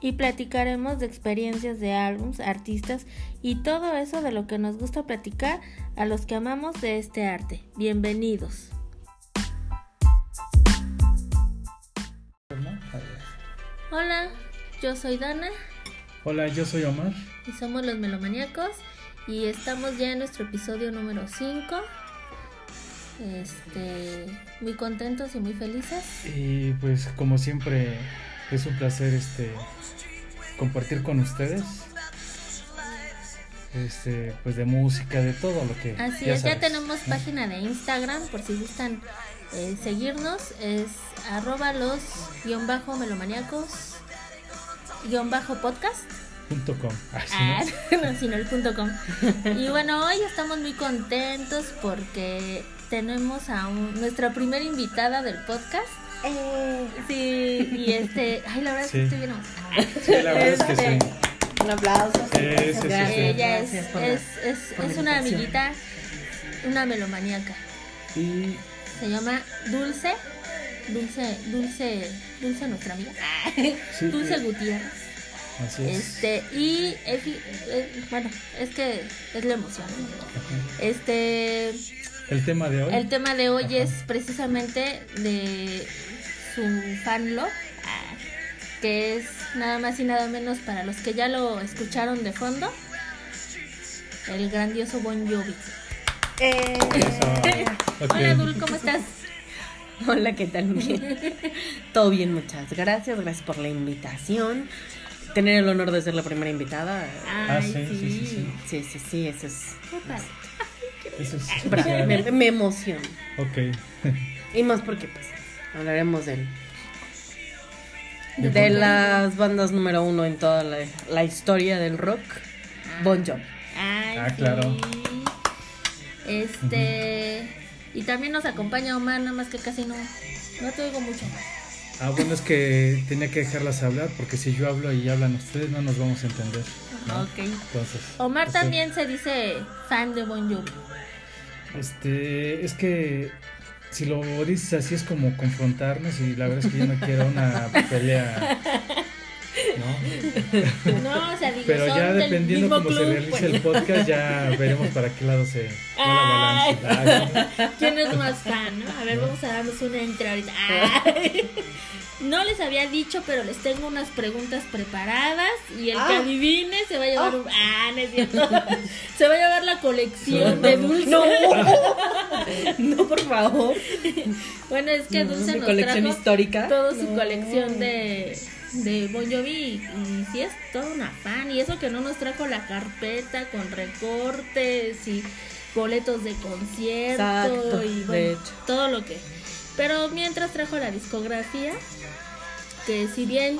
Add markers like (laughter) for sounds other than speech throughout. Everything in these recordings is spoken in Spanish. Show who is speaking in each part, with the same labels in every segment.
Speaker 1: Y platicaremos de experiencias de álbums, artistas y todo eso de lo que nos gusta platicar a los que amamos de este arte. Bienvenidos. Hola, yo soy Dana
Speaker 2: Hola, yo soy Omar.
Speaker 1: y somos los melomaníacos y estamos ya en nuestro episodio número 5. Este, muy contentos y muy felices.
Speaker 2: Y pues como siempre es un placer este compartir con ustedes este pues de música, de todo lo que
Speaker 1: Así
Speaker 2: ya
Speaker 1: es,
Speaker 2: sabes,
Speaker 1: ya tenemos
Speaker 2: ¿no?
Speaker 1: página de Instagram por si gustan eh, seguirnos. Es arroba los guión bajo melomaníacos guión bajo podcast.
Speaker 2: punto com. Así,
Speaker 1: Ah, (laughs)
Speaker 2: ¿no?
Speaker 1: no, sino el punto com. Y bueno, hoy estamos muy contentos porque tenemos a un- nuestra primera invitada del podcast. Eh, Sí, y este, ay, la verdad
Speaker 2: Sí.
Speaker 1: es que estuvieron.
Speaker 2: Sí, (laughs) la verdad es que sí.
Speaker 1: Este,
Speaker 3: Un aplauso.
Speaker 2: Sí, sí, sí, sí.
Speaker 1: Ella es,
Speaker 3: Gracias por la-
Speaker 1: es- es-
Speaker 3: por la
Speaker 1: es una
Speaker 3: invitación.
Speaker 1: amiguita, una melomaníaca.
Speaker 2: Y
Speaker 1: Se llama Dulce, Dulce, Dulce, Dulce nuestra amiga,
Speaker 2: sí,
Speaker 1: Dulce
Speaker 2: eh,
Speaker 1: Gutiérrez.
Speaker 2: así es.
Speaker 1: Este, y eh, fi- eh, bueno, es que es la emoción. ¿no?
Speaker 2: Ajá.
Speaker 1: Este,
Speaker 2: El tema de hoy.
Speaker 1: el tema de hoy
Speaker 2: Ajá.
Speaker 1: es precisamente de su fan love, ah, que es nada más y nada menos para los que ya lo escucharon de fondo, el grandioso Bon Jovi.
Speaker 3: Eh,
Speaker 1: (laughs)
Speaker 2: Eso. ah, Ok.
Speaker 1: Hola Dul, ¿cómo estás?
Speaker 3: Hola, ¿qué tal? Bien. Todo bien, muchas gracias. Gracias por la invitación. Tener el honor de ser la primera invitada.
Speaker 2: Ah, sí, sí, sí, sí.
Speaker 3: Sí, sí, sí, eso es.
Speaker 1: Qué padre.
Speaker 2: Eso es
Speaker 3: Bra-
Speaker 2: especial.
Speaker 3: Me, me emociona.
Speaker 2: Ok.
Speaker 3: Y más porque, pues, hablaremos del-
Speaker 2: De
Speaker 3: de,
Speaker 2: Bon Jovi.
Speaker 3: las bandas número uno en toda la, la historia del rock. Bon Jovi.
Speaker 1: Ay,
Speaker 2: Ah,
Speaker 1: sí.
Speaker 2: claro.
Speaker 1: Este. Y también nos acompaña Omar, nada más que casi no. No te oigo mucho.
Speaker 2: Ah, bueno, es que tenía que dejarlas hablar porque si yo hablo y hablan ustedes no nos vamos a entender. ¿no?
Speaker 1: Ok.
Speaker 2: Entonces.
Speaker 1: Omar
Speaker 2: este,
Speaker 1: también se dice fan de Bon Jovi.
Speaker 2: Este, es que si lo dices así es como confrontarnos y la verdad es que yo no quiero una pelea. ¿no?
Speaker 1: No, o sea, digo,
Speaker 2: Pero
Speaker 1: son
Speaker 2: ya
Speaker 1: del
Speaker 2: dependiendo
Speaker 1: mismo
Speaker 2: cómo se
Speaker 1: club,
Speaker 2: realice
Speaker 1: pues.
Speaker 2: el podcast ya veremos para qué lado se va la
Speaker 1: Ay.
Speaker 2: balanza. Ah,
Speaker 1: ¿Quién es más fan, no? A ver, vamos a darnos una entre
Speaker 3: (laughs)
Speaker 1: ahorita. Ay. No les había dicho, pero les tengo unas preguntas preparadas y el que
Speaker 3: Ah.
Speaker 1: adivine se va a llevar un... Ah, no es cierto. (laughs) Se va a llevar la colección de dulces.
Speaker 3: (laughs) No, no, por favor.
Speaker 1: Bueno, es que Dulce
Speaker 3: Mi
Speaker 1: nos
Speaker 3: colección
Speaker 1: trajo
Speaker 3: histórica.
Speaker 1: toda su
Speaker 3: No.
Speaker 1: colección de, de Bon Jovi y, si es toda una fan. Y eso que no nos trajo la carpeta con recortes y boletos de concierto
Speaker 3: Exacto,
Speaker 1: y
Speaker 3: de
Speaker 1: bueno,
Speaker 3: hecho.
Speaker 1: todo lo que. Pero mientras trajo la discografía, que si bien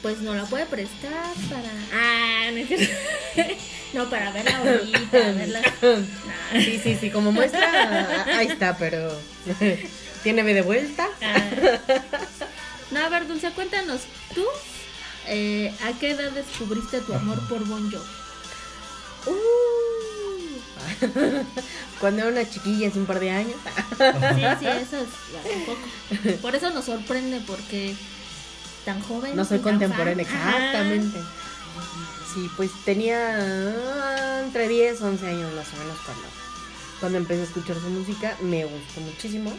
Speaker 1: pues no la puede prestar para... Ah, no, es cierto. (laughs) No, para verla ahorita, verla...
Speaker 3: (laughs)
Speaker 1: Nah.
Speaker 3: Sí, sí, sí, como muestra, ahí está, pero (laughs) tiene B de vuelta.
Speaker 1: Ah. No, a ver, Dulce, cuéntanos, tú, eh, ¿a qué edad descubriste tu amor por Bon Jovi?
Speaker 3: Uh. Cuando era una chiquilla hace un par de años.
Speaker 1: (laughs) Sí, sí, eso es ya, un poco. Por eso nos sorprende, porque tan joven.
Speaker 3: No soy
Speaker 1: y tan
Speaker 3: contemporánea,
Speaker 1: fan. Ajá.
Speaker 3: exactamente. Sí, pues tenía ah, entre 10, 11 años más o menos cuando, cuando empecé a escuchar su música. Me gustó muchísimo.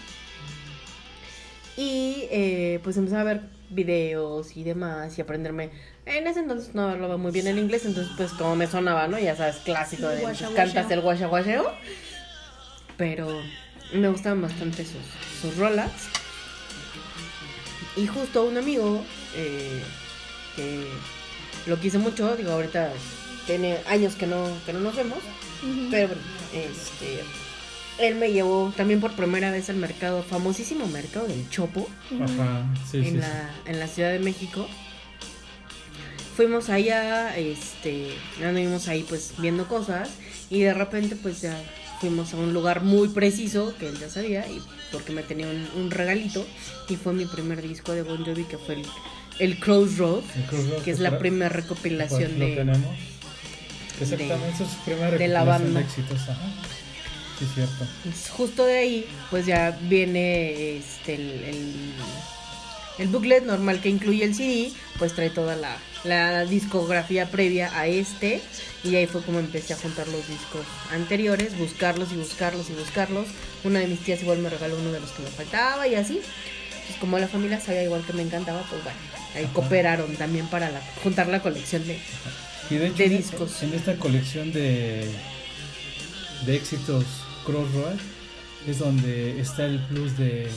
Speaker 3: Y eh, pues empecé a ver videos y demás y aprenderme. En ese entonces no hablaba muy bien el inglés, entonces pues como me sonaba, ¿no? Ya sabes, clásico de
Speaker 1: Guasha,
Speaker 3: pues, cantas
Speaker 1: guasha.
Speaker 3: el guasha guasheo. Pero me gustaban bastante sus, sus rolas. Y justo un amigo eh, que lo quise mucho, digo, ahorita tiene años que no, que no nos vemos,
Speaker 1: Ujú.
Speaker 3: pero bueno, este, él me llevó también por primera vez al mercado, famosísimo mercado del Chopo,
Speaker 2: Ajá, sí, sí.
Speaker 3: en, la, en la Ciudad de México. Fuimos allá, este, anduvimos ahí pues viendo cosas Y de repente, pues ya fuimos a un lugar muy preciso que él ya sabía, y porque me tenía un, un regalito. Y fue mi primer disco de Bon Jovi, que fue el, el Crossroad,
Speaker 2: El Crossroad,
Speaker 3: que es
Speaker 2: que
Speaker 3: la
Speaker 2: para-
Speaker 3: primera
Speaker 2: Pues
Speaker 3: recopilación
Speaker 2: lo
Speaker 3: de.
Speaker 2: tenemos. Que Exactamente, esa es su primera
Speaker 3: de la
Speaker 2: recopilación
Speaker 3: banda.
Speaker 2: de éxitos. Ajá. Sí, cierto.
Speaker 3: Pues, Justo de ahí, pues ya viene este, el, el- el booklet normal que incluye el CD, pues trae toda la, la discografía previa a este. Y ahí fue como empecé a juntar los discos anteriores, buscarlos y buscarlos y buscarlos. Una de mis tías igual me regaló uno de los que me faltaba y así. Pues como la familia sabía igual que me encantaba, pues bueno, ahí
Speaker 2: Ajá.
Speaker 3: cooperaron también para la- juntar la colección de...
Speaker 2: Y de hecho,
Speaker 3: De
Speaker 2: en- e-
Speaker 3: discos.
Speaker 2: en esta colección de, de éxitos Crossroad es donde está el plus de,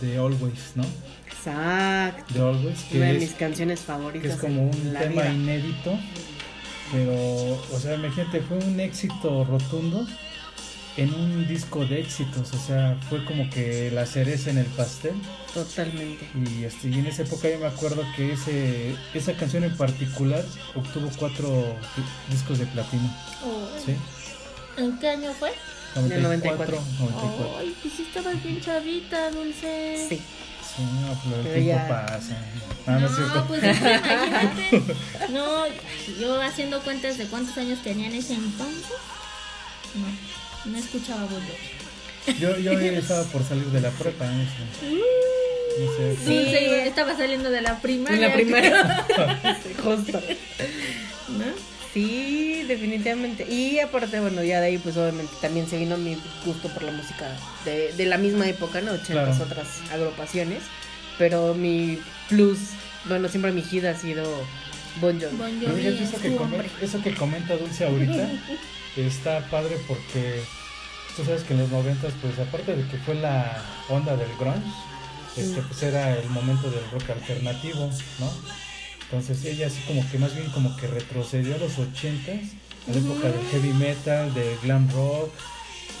Speaker 2: de Always, ¿no?
Speaker 3: Exacto.
Speaker 2: De Always,
Speaker 3: Una de
Speaker 2: que
Speaker 3: mis
Speaker 2: es,
Speaker 3: canciones
Speaker 2: que
Speaker 3: favoritas.
Speaker 2: es como
Speaker 3: en
Speaker 2: un
Speaker 3: la
Speaker 2: tema
Speaker 3: vida.
Speaker 2: inédito, pero, o sea, imagínate, fue un éxito rotundo en un disco de éxitos, o sea, fue como que la cereza en el pastel.
Speaker 3: Totalmente.
Speaker 2: Y, este, y en esa época yo me acuerdo que ese, esa canción en particular obtuvo cuatro discos de platino.
Speaker 1: Oh.
Speaker 2: ¿sí?
Speaker 1: ¿En qué año fue?
Speaker 2: 94. 94.
Speaker 3: Oh.
Speaker 1: Ay, pues sí estabas bien chavita, dulce.
Speaker 3: Sí.
Speaker 2: Sí, no, pero el
Speaker 3: Pero
Speaker 2: tiempo
Speaker 3: ya.
Speaker 2: pasa. Ah,
Speaker 1: No,
Speaker 2: no es cierto.
Speaker 1: pues es que imagínate.
Speaker 2: (laughs)
Speaker 1: No, yo haciendo cuentas de cuántos años tenía en ese entonces. No, no escuchaba Bon Jovi.
Speaker 2: Yo, yo
Speaker 3: (laughs)
Speaker 2: ya estaba por salir de la prepa. No sé. No sé.
Speaker 3: Sí.
Speaker 1: Dulce iba- Uh. estaba saliendo de la primaria.
Speaker 3: En la (laughs) primera. Justo.
Speaker 1: ¿No?
Speaker 3: Sí, definitivamente. Y aparte, bueno, ya de ahí, pues obviamente también se vino mi gusto por la música de, de la misma época, ¿no? 80
Speaker 2: Claro.
Speaker 3: otras agrupaciones. Pero mi plus, bueno, siempre mi hit ha sido Bon Jovi.
Speaker 1: Bon
Speaker 2: Pero
Speaker 1: Jovi
Speaker 2: fíjate,
Speaker 1: es
Speaker 2: eso, que
Speaker 1: tu hombre.
Speaker 2: comenta, eso que comenta Dulce ahorita está padre porque tú sabes que en los noventas, pues aparte de que fue la onda del grunge, este,
Speaker 3: Mm.
Speaker 2: pues era el momento del rock alternativo, ¿no? Entonces ella así como que más bien como que retrocedió a los ochentas, a la época del heavy metal, del glam rock,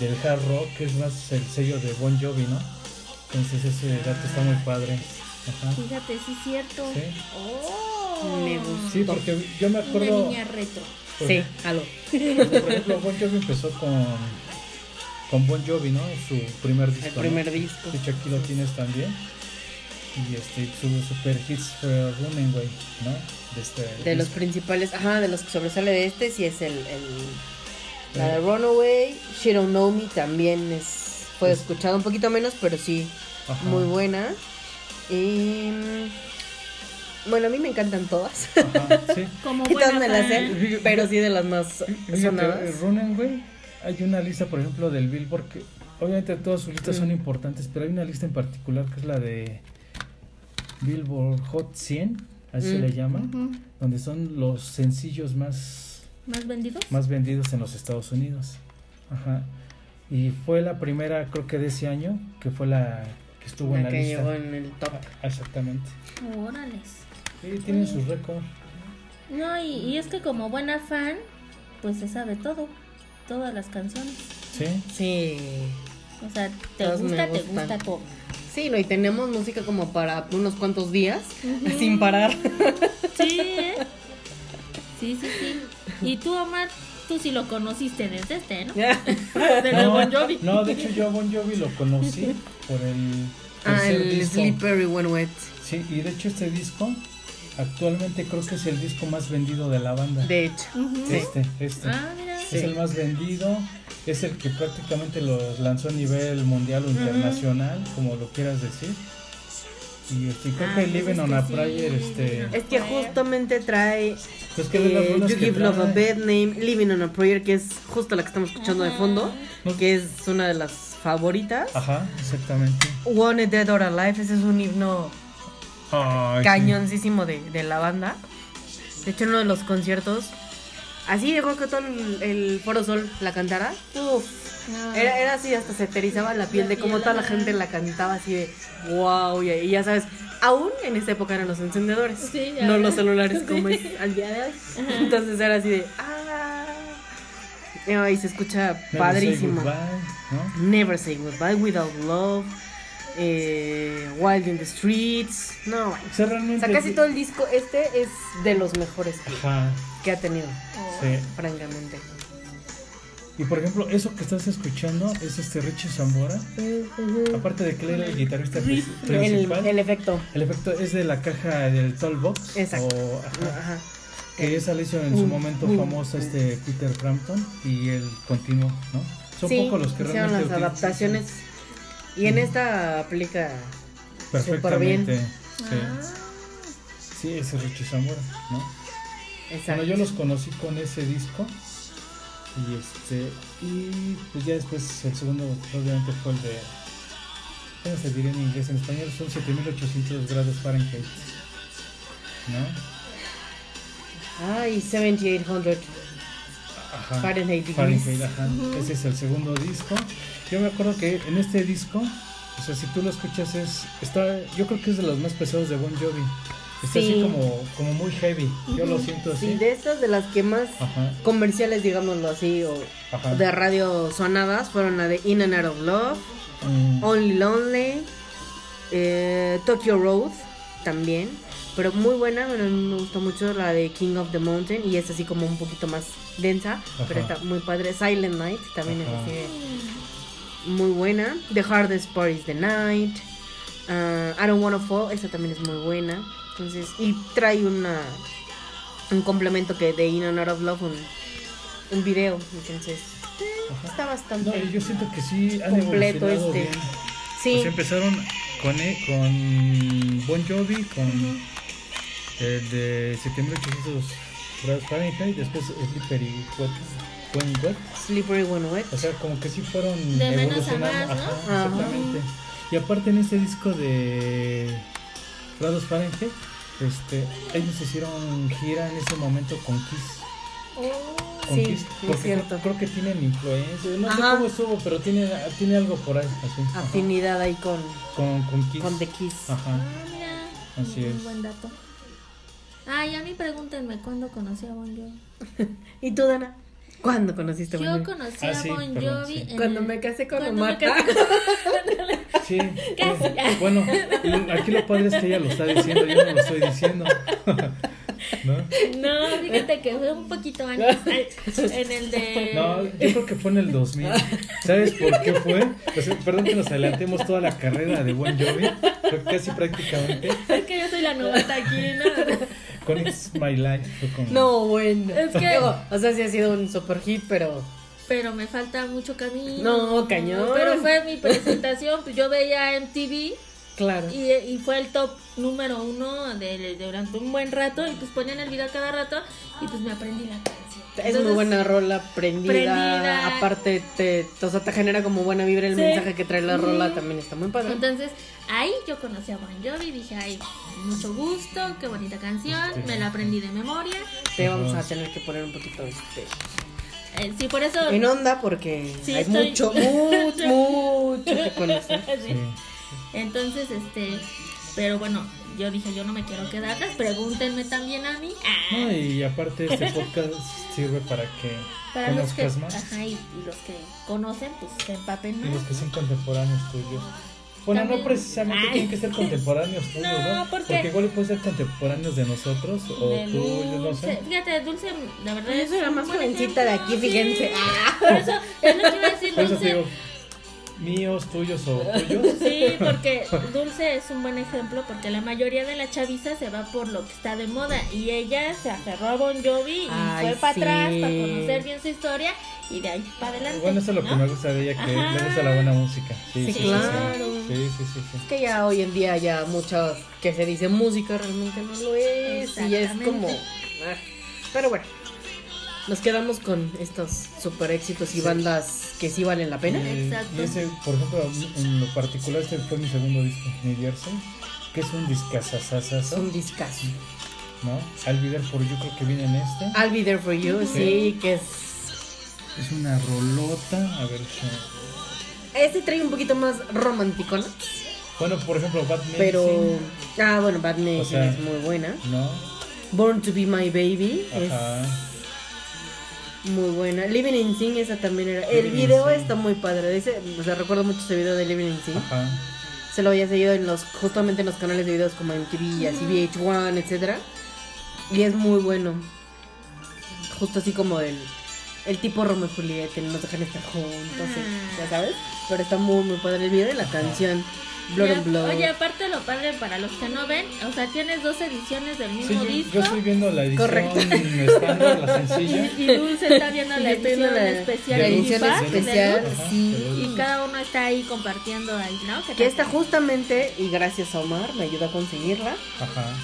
Speaker 2: del hard rock, que es más el sello de Bon Jovi, ¿no? Entonces ese dato está muy padre. Ajá.
Speaker 1: Fíjate, sí es cierto.
Speaker 2: Sí.
Speaker 1: Oh.
Speaker 3: Me gusta.
Speaker 2: Sí, porque yo me
Speaker 1: Una
Speaker 2: acuerdo...
Speaker 1: niña retro.
Speaker 3: Sí, algo.
Speaker 2: Por ejemplo, Bon Jovi empezó con, con Bon Jovi, ¿no? Su primer disco.
Speaker 3: El
Speaker 2: ¿no?
Speaker 3: primer disco.
Speaker 2: De hecho, aquí lo tienes también. Y este, su super hits fue Running Way, ¿no? De, este,
Speaker 3: De los principales, ajá, de los que sobresale de este, sí es el. el- la de Runaway, She Don't Know Me también es, fue
Speaker 2: Es-
Speaker 3: escuchada un poquito menos, pero sí,
Speaker 2: Ajá.
Speaker 3: muy buena. Y. mm, Bueno, a mí me encantan todas.
Speaker 2: Ajá,
Speaker 3: (laughs)
Speaker 2: sí.
Speaker 1: Como
Speaker 3: Y todas
Speaker 1: buena
Speaker 3: me las
Speaker 1: fan.
Speaker 2: (laughs)
Speaker 3: sé, pero sí de las más
Speaker 2: Fíjate,
Speaker 3: sonadas.
Speaker 2: Running Way, hay una lista, por ejemplo, del Billboard que obviamente todas sus listas son importantes, pero hay una lista en particular que es la de Billboard Hot 100, así se
Speaker 3: Mm.
Speaker 2: le llama,
Speaker 1: Ujú.
Speaker 2: donde son los sencillos más
Speaker 1: ¿Más vendidos?
Speaker 2: más vendidos en los Estados Unidos. Ajá. Y fue la primera, creo que de ese año, que fue la que estuvo en
Speaker 3: La
Speaker 2: la
Speaker 3: que
Speaker 2: lista.
Speaker 3: llegó en el top.
Speaker 2: Ah, Exactamente.
Speaker 1: Órales.
Speaker 2: Y tienen sus récords.
Speaker 1: No, y, y es que como buena fan, pues se sabe todo, todas las canciones.
Speaker 2: Sí.
Speaker 3: Sí.
Speaker 1: O sea, te
Speaker 3: Todas me
Speaker 1: gusta, te
Speaker 3: gustan.
Speaker 1: gusta todo.
Speaker 3: Sí, no, y tenemos música como para unos cuantos días, sin (laughs) parar.
Speaker 1: Sí, ¿eh? Sí, sí, sí. Y tú, Omar, tú sí lo conociste desde este, ¿no? De la Bon Jovi.
Speaker 2: no, de hecho yo a Bon Jovi lo
Speaker 3: (laughs)
Speaker 2: conocí por el
Speaker 3: ah,
Speaker 2: tercer
Speaker 3: el
Speaker 2: disco.
Speaker 3: Slippery When Wet.
Speaker 2: Sí, y de hecho este disco actualmente creo que es el disco más vendido de la banda.
Speaker 3: De hecho.
Speaker 1: Ujú.
Speaker 2: Este, este.
Speaker 1: Ah, mira.
Speaker 3: Sí.
Speaker 2: Es el más vendido, es el que prácticamente los lanzó a nivel mundial o internacional, como lo quieras decir. Y este, creo
Speaker 1: Ah,
Speaker 2: que
Speaker 1: pues
Speaker 2: Living
Speaker 1: es
Speaker 2: on
Speaker 1: que
Speaker 2: a
Speaker 1: sí,
Speaker 2: Prayer,
Speaker 1: Living
Speaker 2: este.
Speaker 1: on a-
Speaker 3: Es que justamente trae
Speaker 2: Pues que de las
Speaker 3: eh,
Speaker 2: rolas
Speaker 3: You
Speaker 2: que
Speaker 3: Give Love a
Speaker 2: trae,
Speaker 3: Bad Name, Living on a Prayer, que es justo la que estamos escuchando de fondo,
Speaker 2: ¿no?
Speaker 3: que es una de las favoritas.
Speaker 2: Ajá, exactamente.
Speaker 3: One Dead or Alive, ese es un himno
Speaker 2: Ay, sí.
Speaker 3: cañoncísimo de, de la banda. De hecho, en uno de los conciertos, así dejó que todo el, el Foro Sol la cantara. Uf,
Speaker 1: Ah.
Speaker 3: era, era así, hasta se terizaba la piel de cómo toda la gente la cantaba, así de wow. Y, y ya sabes, aún en esa época eran los encendedores,
Speaker 1: Sí, ya.
Speaker 3: no los celulares como es (laughs) al día de hoy. Entonces era así de ah. Y se escucha
Speaker 2: Never Say
Speaker 3: padrísimo.
Speaker 2: Goodbye, ¿no?
Speaker 3: Never Say Goodbye Without Love, eh, Wild in the Streets. No, bueno.
Speaker 2: O sea,
Speaker 3: O
Speaker 2: realmente.
Speaker 3: sea, casi todo el disco este es de los mejores que,
Speaker 2: Ajá,
Speaker 3: que ha tenido,
Speaker 1: Oh.
Speaker 2: sí.
Speaker 3: francamente.
Speaker 2: Y por ejemplo, eso que estás escuchando es este Richie Zambora. Aparte de que él era el guitarrista pri-
Speaker 3: El,
Speaker 2: principal,
Speaker 3: el
Speaker 2: el,
Speaker 3: efecto.
Speaker 2: efecto es de la caja del Tollbox.
Speaker 3: Exacto.
Speaker 2: o- ajá,
Speaker 3: Ajá.
Speaker 2: que esa le hizo en su
Speaker 3: Mm,
Speaker 2: momento
Speaker 3: mm,
Speaker 2: famosa este Peter Frampton y él continuó, ¿no? Son
Speaker 3: Sí,
Speaker 2: pocos los que
Speaker 3: hicieron
Speaker 2: realmente
Speaker 3: las
Speaker 2: utilizan
Speaker 3: adaptaciones. Y en esta aplica.
Speaker 2: perfectamente.
Speaker 1: Ah,
Speaker 2: Sí. sí, ese Richie Zambora, ¿no?
Speaker 3: Exacto.
Speaker 2: Bueno, yo los conocí con ese disco. Y este. Y pues ya después el segundo obviamente fue el de. ¿Cómo se diría en inglés? En español son 7800 grados Fahrenheit. ¿No?
Speaker 3: Ay, 7800
Speaker 2: Ajá.
Speaker 3: Fahrenheit degrees.
Speaker 2: Fahrenheit, ajá. Ese es el segundo disco. Yo me acuerdo que en este disco, o sea, si tú lo escuchas es. está Yo creo que es de los más pesados de Bon Jovi. Está
Speaker 3: Sí.
Speaker 2: así como, como muy heavy. Yo lo siento así.
Speaker 3: Sí, de estas de las que más
Speaker 2: Ajá.
Speaker 3: comerciales, digámoslo así, o
Speaker 2: Ajá.
Speaker 3: de radio sonadas, fueron la de In and Out of Love,
Speaker 2: Mm,
Speaker 3: Only Lonely, eh, Tokyo Road también, pero muy buena, bueno, a mí me gustó mucho la de King of the Mountain y es así como un poquito más densa, pero
Speaker 2: Ajá.
Speaker 3: está muy padre. Silent Night también
Speaker 2: Ajá.
Speaker 3: es así de- muy buena. The Hardest Part is the Night, ah, I Don't Wanna Fall, esa también es muy buena. Entonces, y trae una un complemento que de In and Out of Love, un, un video, entonces
Speaker 2: ajá.
Speaker 3: está bastante...
Speaker 2: No, y yo siento que sí han
Speaker 3: Completo
Speaker 2: evolucionado
Speaker 3: este.
Speaker 2: bien.
Speaker 3: sí.
Speaker 2: O sea, empezaron con, eh, con Bon Jovi, con el de 7800 grados Fahrenheit, después Slippery Wet, When Wet.
Speaker 3: Slippery When Wet.
Speaker 2: O sea, como que sí fueron
Speaker 1: De menos a más,
Speaker 2: evolucionando.
Speaker 1: ¿no?
Speaker 2: Ajá,
Speaker 3: Ajá.
Speaker 2: exactamente. Y aparte en este disco de grados Fahrenheit, este, ellos hicieron gira en ese momento con Kiss.
Speaker 1: oh.
Speaker 2: con
Speaker 3: Sí,
Speaker 2: Kiss,
Speaker 3: es
Speaker 2: porque
Speaker 3: cierto.
Speaker 2: creo- creo que tienen influencia, no
Speaker 3: Ajá.
Speaker 2: sé cómo estuvo, pero tiene, tiene algo por ahí, así. ajá.
Speaker 3: Afinidad ahí con,
Speaker 2: Con, con Kiss.
Speaker 3: con The Kiss.
Speaker 1: Ah,
Speaker 2: Ajá.
Speaker 1: mira.
Speaker 2: Así
Speaker 1: un
Speaker 2: es.
Speaker 1: buen dato. Ay, a mí pregúntenme cuándo conocí a Bon Jovi.
Speaker 3: ¿Y tú, Dana? ¿Cuándo conociste a Bon
Speaker 1: Yo
Speaker 3: Jovi?
Speaker 1: conocí
Speaker 2: Ah,
Speaker 1: a Este
Speaker 2: sí,
Speaker 1: Bon
Speaker 2: perdón,
Speaker 1: Jovi
Speaker 2: sí.
Speaker 1: en
Speaker 3: Cuando
Speaker 1: el-
Speaker 3: me casé con
Speaker 1: cuando me
Speaker 3: Omar.
Speaker 1: casé (laughs)
Speaker 2: Sí. eh, Bueno, y aquí lo padre es que ella lo está diciendo, yo no lo estoy diciendo. (laughs) ¿No?
Speaker 1: con- No, fíjate que fue un poquito
Speaker 2: (laughs)
Speaker 1: antes. Ay, En el de.
Speaker 2: No, yo creo que fue en el 2000. ¿Sabes por qué fue? O sea, perdón que nos adelantemos toda la carrera de Bon Jovi, fue casi prácticamente
Speaker 1: Es que yo soy la novata aquí, ¿no?
Speaker 2: con It's My Life. fue con-
Speaker 3: No, bueno.
Speaker 1: Es que-
Speaker 3: Digo, o sea, sí ha sido un super hit, pero.
Speaker 1: Pero me falta mucho camino.
Speaker 3: No, cañón.
Speaker 1: Pero fue mi presentación. pues Yo veía MTV
Speaker 3: Claro.
Speaker 1: y, y fue el top número uno de, de- durante un buen rato. Y pues ponían el video cada rato. Y pues me aprendí la canción.
Speaker 3: es muy
Speaker 1: Entonces,
Speaker 3: buena rola, prendida.
Speaker 1: prendida.
Speaker 3: Aparte, te, o sea, te genera como buena vibra el
Speaker 1: Sí.
Speaker 3: mensaje que trae la rola.
Speaker 1: Ujú.
Speaker 3: También está muy padre.
Speaker 1: Entonces ahí yo conocí a Bon Jovi. Dije, ay, mucho gusto, qué bonita canción. Me la aprendí de memoria.
Speaker 3: te vamos a
Speaker 2: Ajá.
Speaker 3: tener que poner un poquito este,
Speaker 1: Eh, sí, por eso.
Speaker 3: en onda porque
Speaker 1: Sí,
Speaker 3: hay
Speaker 1: estoy- (laughs)
Speaker 3: mucho, mucho, mucho que conocer.
Speaker 2: Sí.
Speaker 1: Entonces, este, pero bueno, yo dije, yo no me quiero quedar atrás, pregúntenme también a mí. Ah,
Speaker 2: No, y aparte este podcast sirve para que
Speaker 1: para los que,
Speaker 2: conozcas más.
Speaker 1: ajá, y, y los que conocen, pues se empapen
Speaker 2: Y los
Speaker 1: más.
Speaker 2: que son contemporáneos tuyos. Bueno,
Speaker 1: También-
Speaker 2: no precisamente
Speaker 1: Ay.
Speaker 2: tienen que ser contemporáneos tuyos,
Speaker 1: No,
Speaker 2: ¿no?
Speaker 1: porque-
Speaker 2: igual pueden ser contemporáneos de nosotros o
Speaker 1: De
Speaker 2: tú, yo no
Speaker 1: Dulce,
Speaker 2: sé.
Speaker 1: Fíjate, Dulce, la verdad
Speaker 3: Yo
Speaker 1: es
Speaker 3: soy la
Speaker 1: un
Speaker 3: más
Speaker 1: buen
Speaker 3: jovencita de
Speaker 1: ejemplo,
Speaker 3: aquí,
Speaker 1: sí.
Speaker 3: fíjense. Ah.
Speaker 1: Por eso, es lo que iba a decir,
Speaker 2: Por eso te
Speaker 1: Dulce.
Speaker 2: digo, míos, tuyos o tuyos.
Speaker 1: Sí, porque Dulce es un buen ejemplo porque la mayoría de la chaviza se va por lo que está de moda y ella se aferró a Bon Jovi y
Speaker 3: Ay,
Speaker 1: fue para
Speaker 3: sí.
Speaker 1: atrás para conocer bien su historia y de ahí para adelante.
Speaker 2: Bueno, eso es lo que
Speaker 1: ¿no?
Speaker 2: me gusta de ella, que
Speaker 1: Ajá.
Speaker 2: le gusta la buena música. Sí,
Speaker 1: Sí,
Speaker 2: sí, sí,
Speaker 3: claro.
Speaker 2: Sí, sí, sí, sí, sí.
Speaker 3: que ya hoy en día ya muchas que se dice música realmente no lo es y es
Speaker 1: Exactamente.
Speaker 3: como ah, pero bueno nos quedamos con estos super éxitos y bandas que sí valen la pena
Speaker 2: Y-
Speaker 1: Exacto.
Speaker 2: Eh, Y ese, por ejemplo, a mí, en lo particular, este fue mi segundo disco, mi Jersey, que es un
Speaker 3: es un
Speaker 2: discazazazazo,
Speaker 3: discazo
Speaker 2: ¿no? Al Be por yo creo que viene en este.
Speaker 3: I'll be there for you sí que es
Speaker 2: Es una rolota, a ver. eh,
Speaker 3: este trae un poquito más romántico ¿no?
Speaker 2: Bueno, por ejemplo, Batman.
Speaker 3: pero ah bueno Bad Nation
Speaker 2: O sea,
Speaker 3: es muy buena
Speaker 2: No.
Speaker 3: Born to be my baby
Speaker 2: Ajá.
Speaker 3: es muy buena Living in Sin esa también era el
Speaker 2: Living in
Speaker 3: video
Speaker 2: Sin.
Speaker 3: está muy padre de ese o sea recuerdo mucho ese video de Living in Sin
Speaker 2: Ajá.
Speaker 3: se lo había seguido en los justamente en los canales de videos como MTV, y así VH1, etcétera. Y es muy bueno. Justo así como el el tipo Romeo y Julieta, no nos dejan estar juntos,
Speaker 1: Ah.
Speaker 3: y- ya sabes. Pero está muy, muy padre el video de la canción Blood
Speaker 1: Y a-
Speaker 3: on Blood.
Speaker 1: Oye, aparte lo padre para los que no ven, o sea, tienes dos ediciones del
Speaker 2: Sí,
Speaker 1: mismo
Speaker 2: yo,
Speaker 1: disco.
Speaker 2: yo estoy viendo la edición
Speaker 3: Correcto.
Speaker 2: estándar, la sencilla.
Speaker 1: Y,
Speaker 3: (laughs)
Speaker 1: y Dulce está viendo
Speaker 3: Y
Speaker 1: la
Speaker 3: yo estoy viendo
Speaker 1: edición
Speaker 3: la-
Speaker 1: especial.
Speaker 2: la
Speaker 1: de
Speaker 2: edición
Speaker 1: Tupac,
Speaker 3: especial,
Speaker 1: de Dulce,
Speaker 2: Ajá,
Speaker 3: sí.
Speaker 2: de Dulce.
Speaker 1: Y cada uno está ahí compartiendo ahí, ¿no?
Speaker 3: Que
Speaker 1: tal?
Speaker 3: esta justamente, y gracias a Omar, me ayuda a conseguirla.
Speaker 2: Ajá.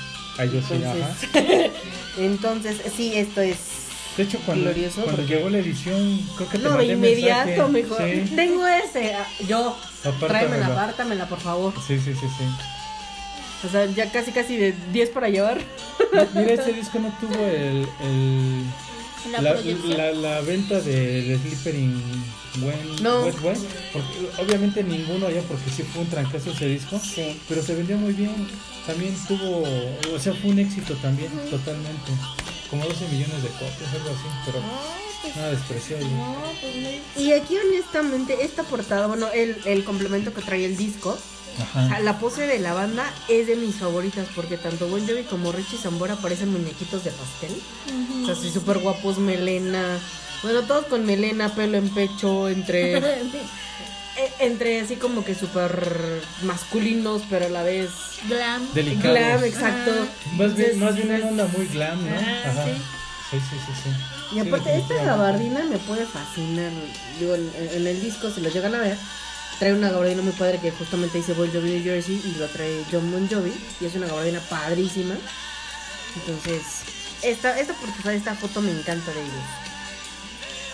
Speaker 2: Ahí yo sí, ajá.
Speaker 3: Entonces, entonces sí, esto es
Speaker 2: De hecho, cuando,
Speaker 3: Glorioso,
Speaker 2: cuando
Speaker 3: porque-
Speaker 2: llegó la edición, creo que te
Speaker 3: No, de
Speaker 2: mandé mensaje.
Speaker 3: inmediato, mejor.
Speaker 2: Sí.
Speaker 3: Tengo ese. ah, Yo,
Speaker 2: Apártamela.
Speaker 3: tráemela, apártamela, por favor.
Speaker 2: Sí, sí, sí, sí.
Speaker 3: O sea, ya casi, casi de 10 para llevar.
Speaker 2: Mi- Mira, este disco no tuvo el, el-
Speaker 1: La,
Speaker 2: la,
Speaker 1: proyección.
Speaker 2: la- la venta del Sleepering When
Speaker 3: No.
Speaker 2: Wet Wet, porque obviamente ninguno allá porque sí fue un trancazo ese disco,
Speaker 3: Sí.
Speaker 2: pero se vendió muy bien. También tuvo, o sea, fue un éxito también, totalmente. Como 12 millones de copias, algo así, pero
Speaker 3: Ah.
Speaker 1: No, pues,
Speaker 2: nada despreciable.
Speaker 1: no, pues no.
Speaker 3: Y aquí, honestamente, esta portada, bueno, el, el complemento que trae el disco, o sea,
Speaker 2: Ajá.
Speaker 3: la pose de la banda es de mis favoritas, porque tanto Bon Jovi como Richie Zambora parecen muñequitos de pastel. O sea, sí, súper guapos, melena. Bueno, todos con melena, pelo en
Speaker 1: (laughs)
Speaker 3: pecho, entre. eh, entre así como que súper masculinos, pero a la vez.
Speaker 1: Glam.
Speaker 2: Delicados.
Speaker 3: Glam, exacto.
Speaker 2: Más bien, más bien
Speaker 3: Entonces,
Speaker 2: una onda muy glam, ¿no?
Speaker 1: Ah,
Speaker 2: Ajá.
Speaker 1: sí.
Speaker 2: Sí, sí, sí, sí.
Speaker 3: Y
Speaker 2: Sí,
Speaker 3: aparte, esta
Speaker 2: definitivamente.
Speaker 3: gabardina me puede fascinar. Digo, en, en el disco, si lo llegan a ver, trae una gabardina muy padre que justamente dice Boy Jovi de Jersey y lo trae John Bon Jovi. Y es una gabardina padrísima. Entonces, esta, esta portada, esta foto me encanta de ellos.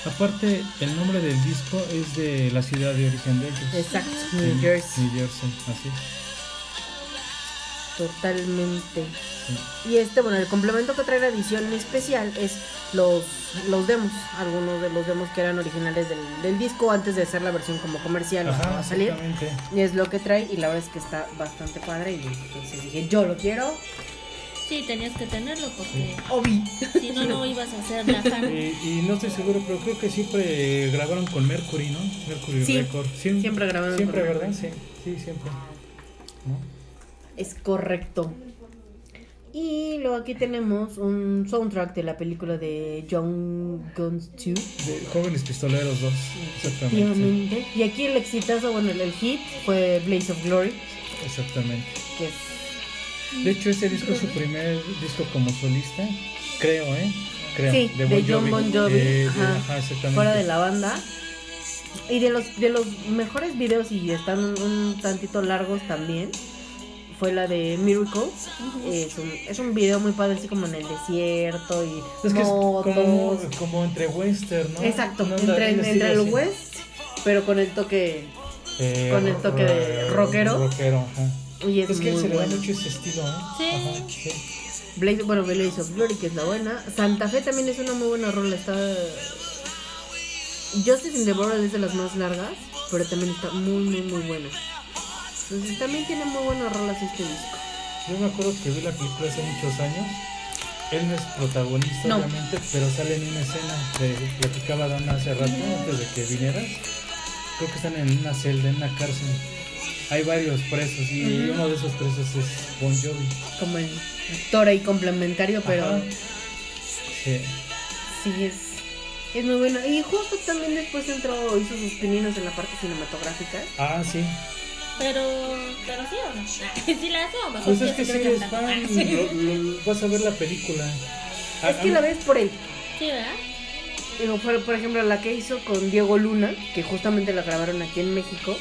Speaker 2: Aparte, el nombre del disco es de la ciudad de origen de ellos.
Speaker 3: Exacto,
Speaker 2: Sí,
Speaker 3: New Jersey.
Speaker 2: New Jersey, así es.
Speaker 3: Totalmente.
Speaker 2: sí.
Speaker 3: Y este, bueno, el complemento que trae la edición especial es los, los demos, algunos de los demos que eran originales del, del disco antes de ser la versión como comercial
Speaker 2: Ajá,
Speaker 3: a salir.
Speaker 2: exactamente.
Speaker 3: Y es lo que trae y la verdad es que está bastante padre y entonces dije, yo lo quiero,
Speaker 1: Sí, tenías que tenerlo porque
Speaker 3: Obi.
Speaker 1: si no, no ibas a ser la fan.
Speaker 2: Eh, Y, y no estoy seguro, pero creo que siempre grabaron con Mercury, ¿no? Mercury
Speaker 3: Sí,
Speaker 2: Record.
Speaker 3: siempre grabaron
Speaker 2: Siempre,
Speaker 3: con
Speaker 2: ¿verdad? Sí,
Speaker 3: Mercury.
Speaker 2: sí, siempre. ¿No?
Speaker 3: Es correcto. Y luego aquí tenemos un soundtrack de la película de John Guns 2.
Speaker 2: De Jóvenes Pistoleros 2, exactamente.
Speaker 3: Efectivamente. Y aquí el exitazo, bueno, el, el hit fue Blaze of Glory,
Speaker 2: Exactamente.
Speaker 3: que es
Speaker 2: De hecho, ese disco es su primer disco como solista, creo, ¿eh? Creo.
Speaker 3: Sí, de John Bon Jovi,
Speaker 2: Eh, De- de-
Speaker 3: ajá,
Speaker 2: ajá, exactamente.
Speaker 3: fuera de la banda. Y de los, de los mejores videos, y están un, un tantito largos también, fue la de Miracle. es, un, es un video muy padre, así como en el desierto y
Speaker 2: Es que es
Speaker 3: motos.
Speaker 2: como, como entre western, ¿no?
Speaker 3: Exacto,
Speaker 2: Una onda
Speaker 3: entre,
Speaker 2: bien
Speaker 3: entre el
Speaker 2: así.
Speaker 3: west, pero con el toque.
Speaker 2: Eh,
Speaker 3: con el toque de rockero.
Speaker 2: Rockero, ajá.
Speaker 3: Y es,
Speaker 2: Es que
Speaker 3: muy
Speaker 2: se le da
Speaker 3: bueno.
Speaker 2: mucho ese estilo, ¿eh?
Speaker 1: Sí.
Speaker 2: Ajá, sí.
Speaker 3: Blaze, bueno, Blaze of Glory, que es la buena. Santa Fe también es una muy buena rola. Está. Justice in the Borough es de las más largas, pero también está muy, muy, muy buena. Entonces también tiene muy buenas rolas este disco.
Speaker 2: Yo me acuerdo que vi la película hace muchos años. Él no es protagonista,
Speaker 3: No.
Speaker 2: obviamente, pero sale en una escena de platicaba Dana hace rato, antes de que vinieras. Creo que están en una celda, en una cárcel. Hay varios presos y
Speaker 3: Ujú.
Speaker 2: uno de esos presos es Bon Jovi.
Speaker 3: Como en Tora y complementario, pero
Speaker 2: Ajá. Sí.
Speaker 3: sí es. Es muy bueno. Y justo también después entró, hizo sus pininos en la parte cinematográfica.
Speaker 2: Ah, sí.
Speaker 1: Pero, pero sí o no. (laughs) Sí la hace o mejor
Speaker 2: Pues
Speaker 1: sí
Speaker 2: es que si
Speaker 1: estoy
Speaker 2: eres
Speaker 1: cantando.
Speaker 2: fan,
Speaker 3: (laughs)
Speaker 1: Ah, sí.
Speaker 2: lo- lo- vas a ver la película. Ah, A-
Speaker 3: es
Speaker 2: a
Speaker 3: que
Speaker 2: mí-
Speaker 3: la ves por él.
Speaker 1: Sí, ¿verdad?
Speaker 3: Digo, fue, por ejemplo, la que hizo con Diego Luna, que justamente la grabaron aquí en México,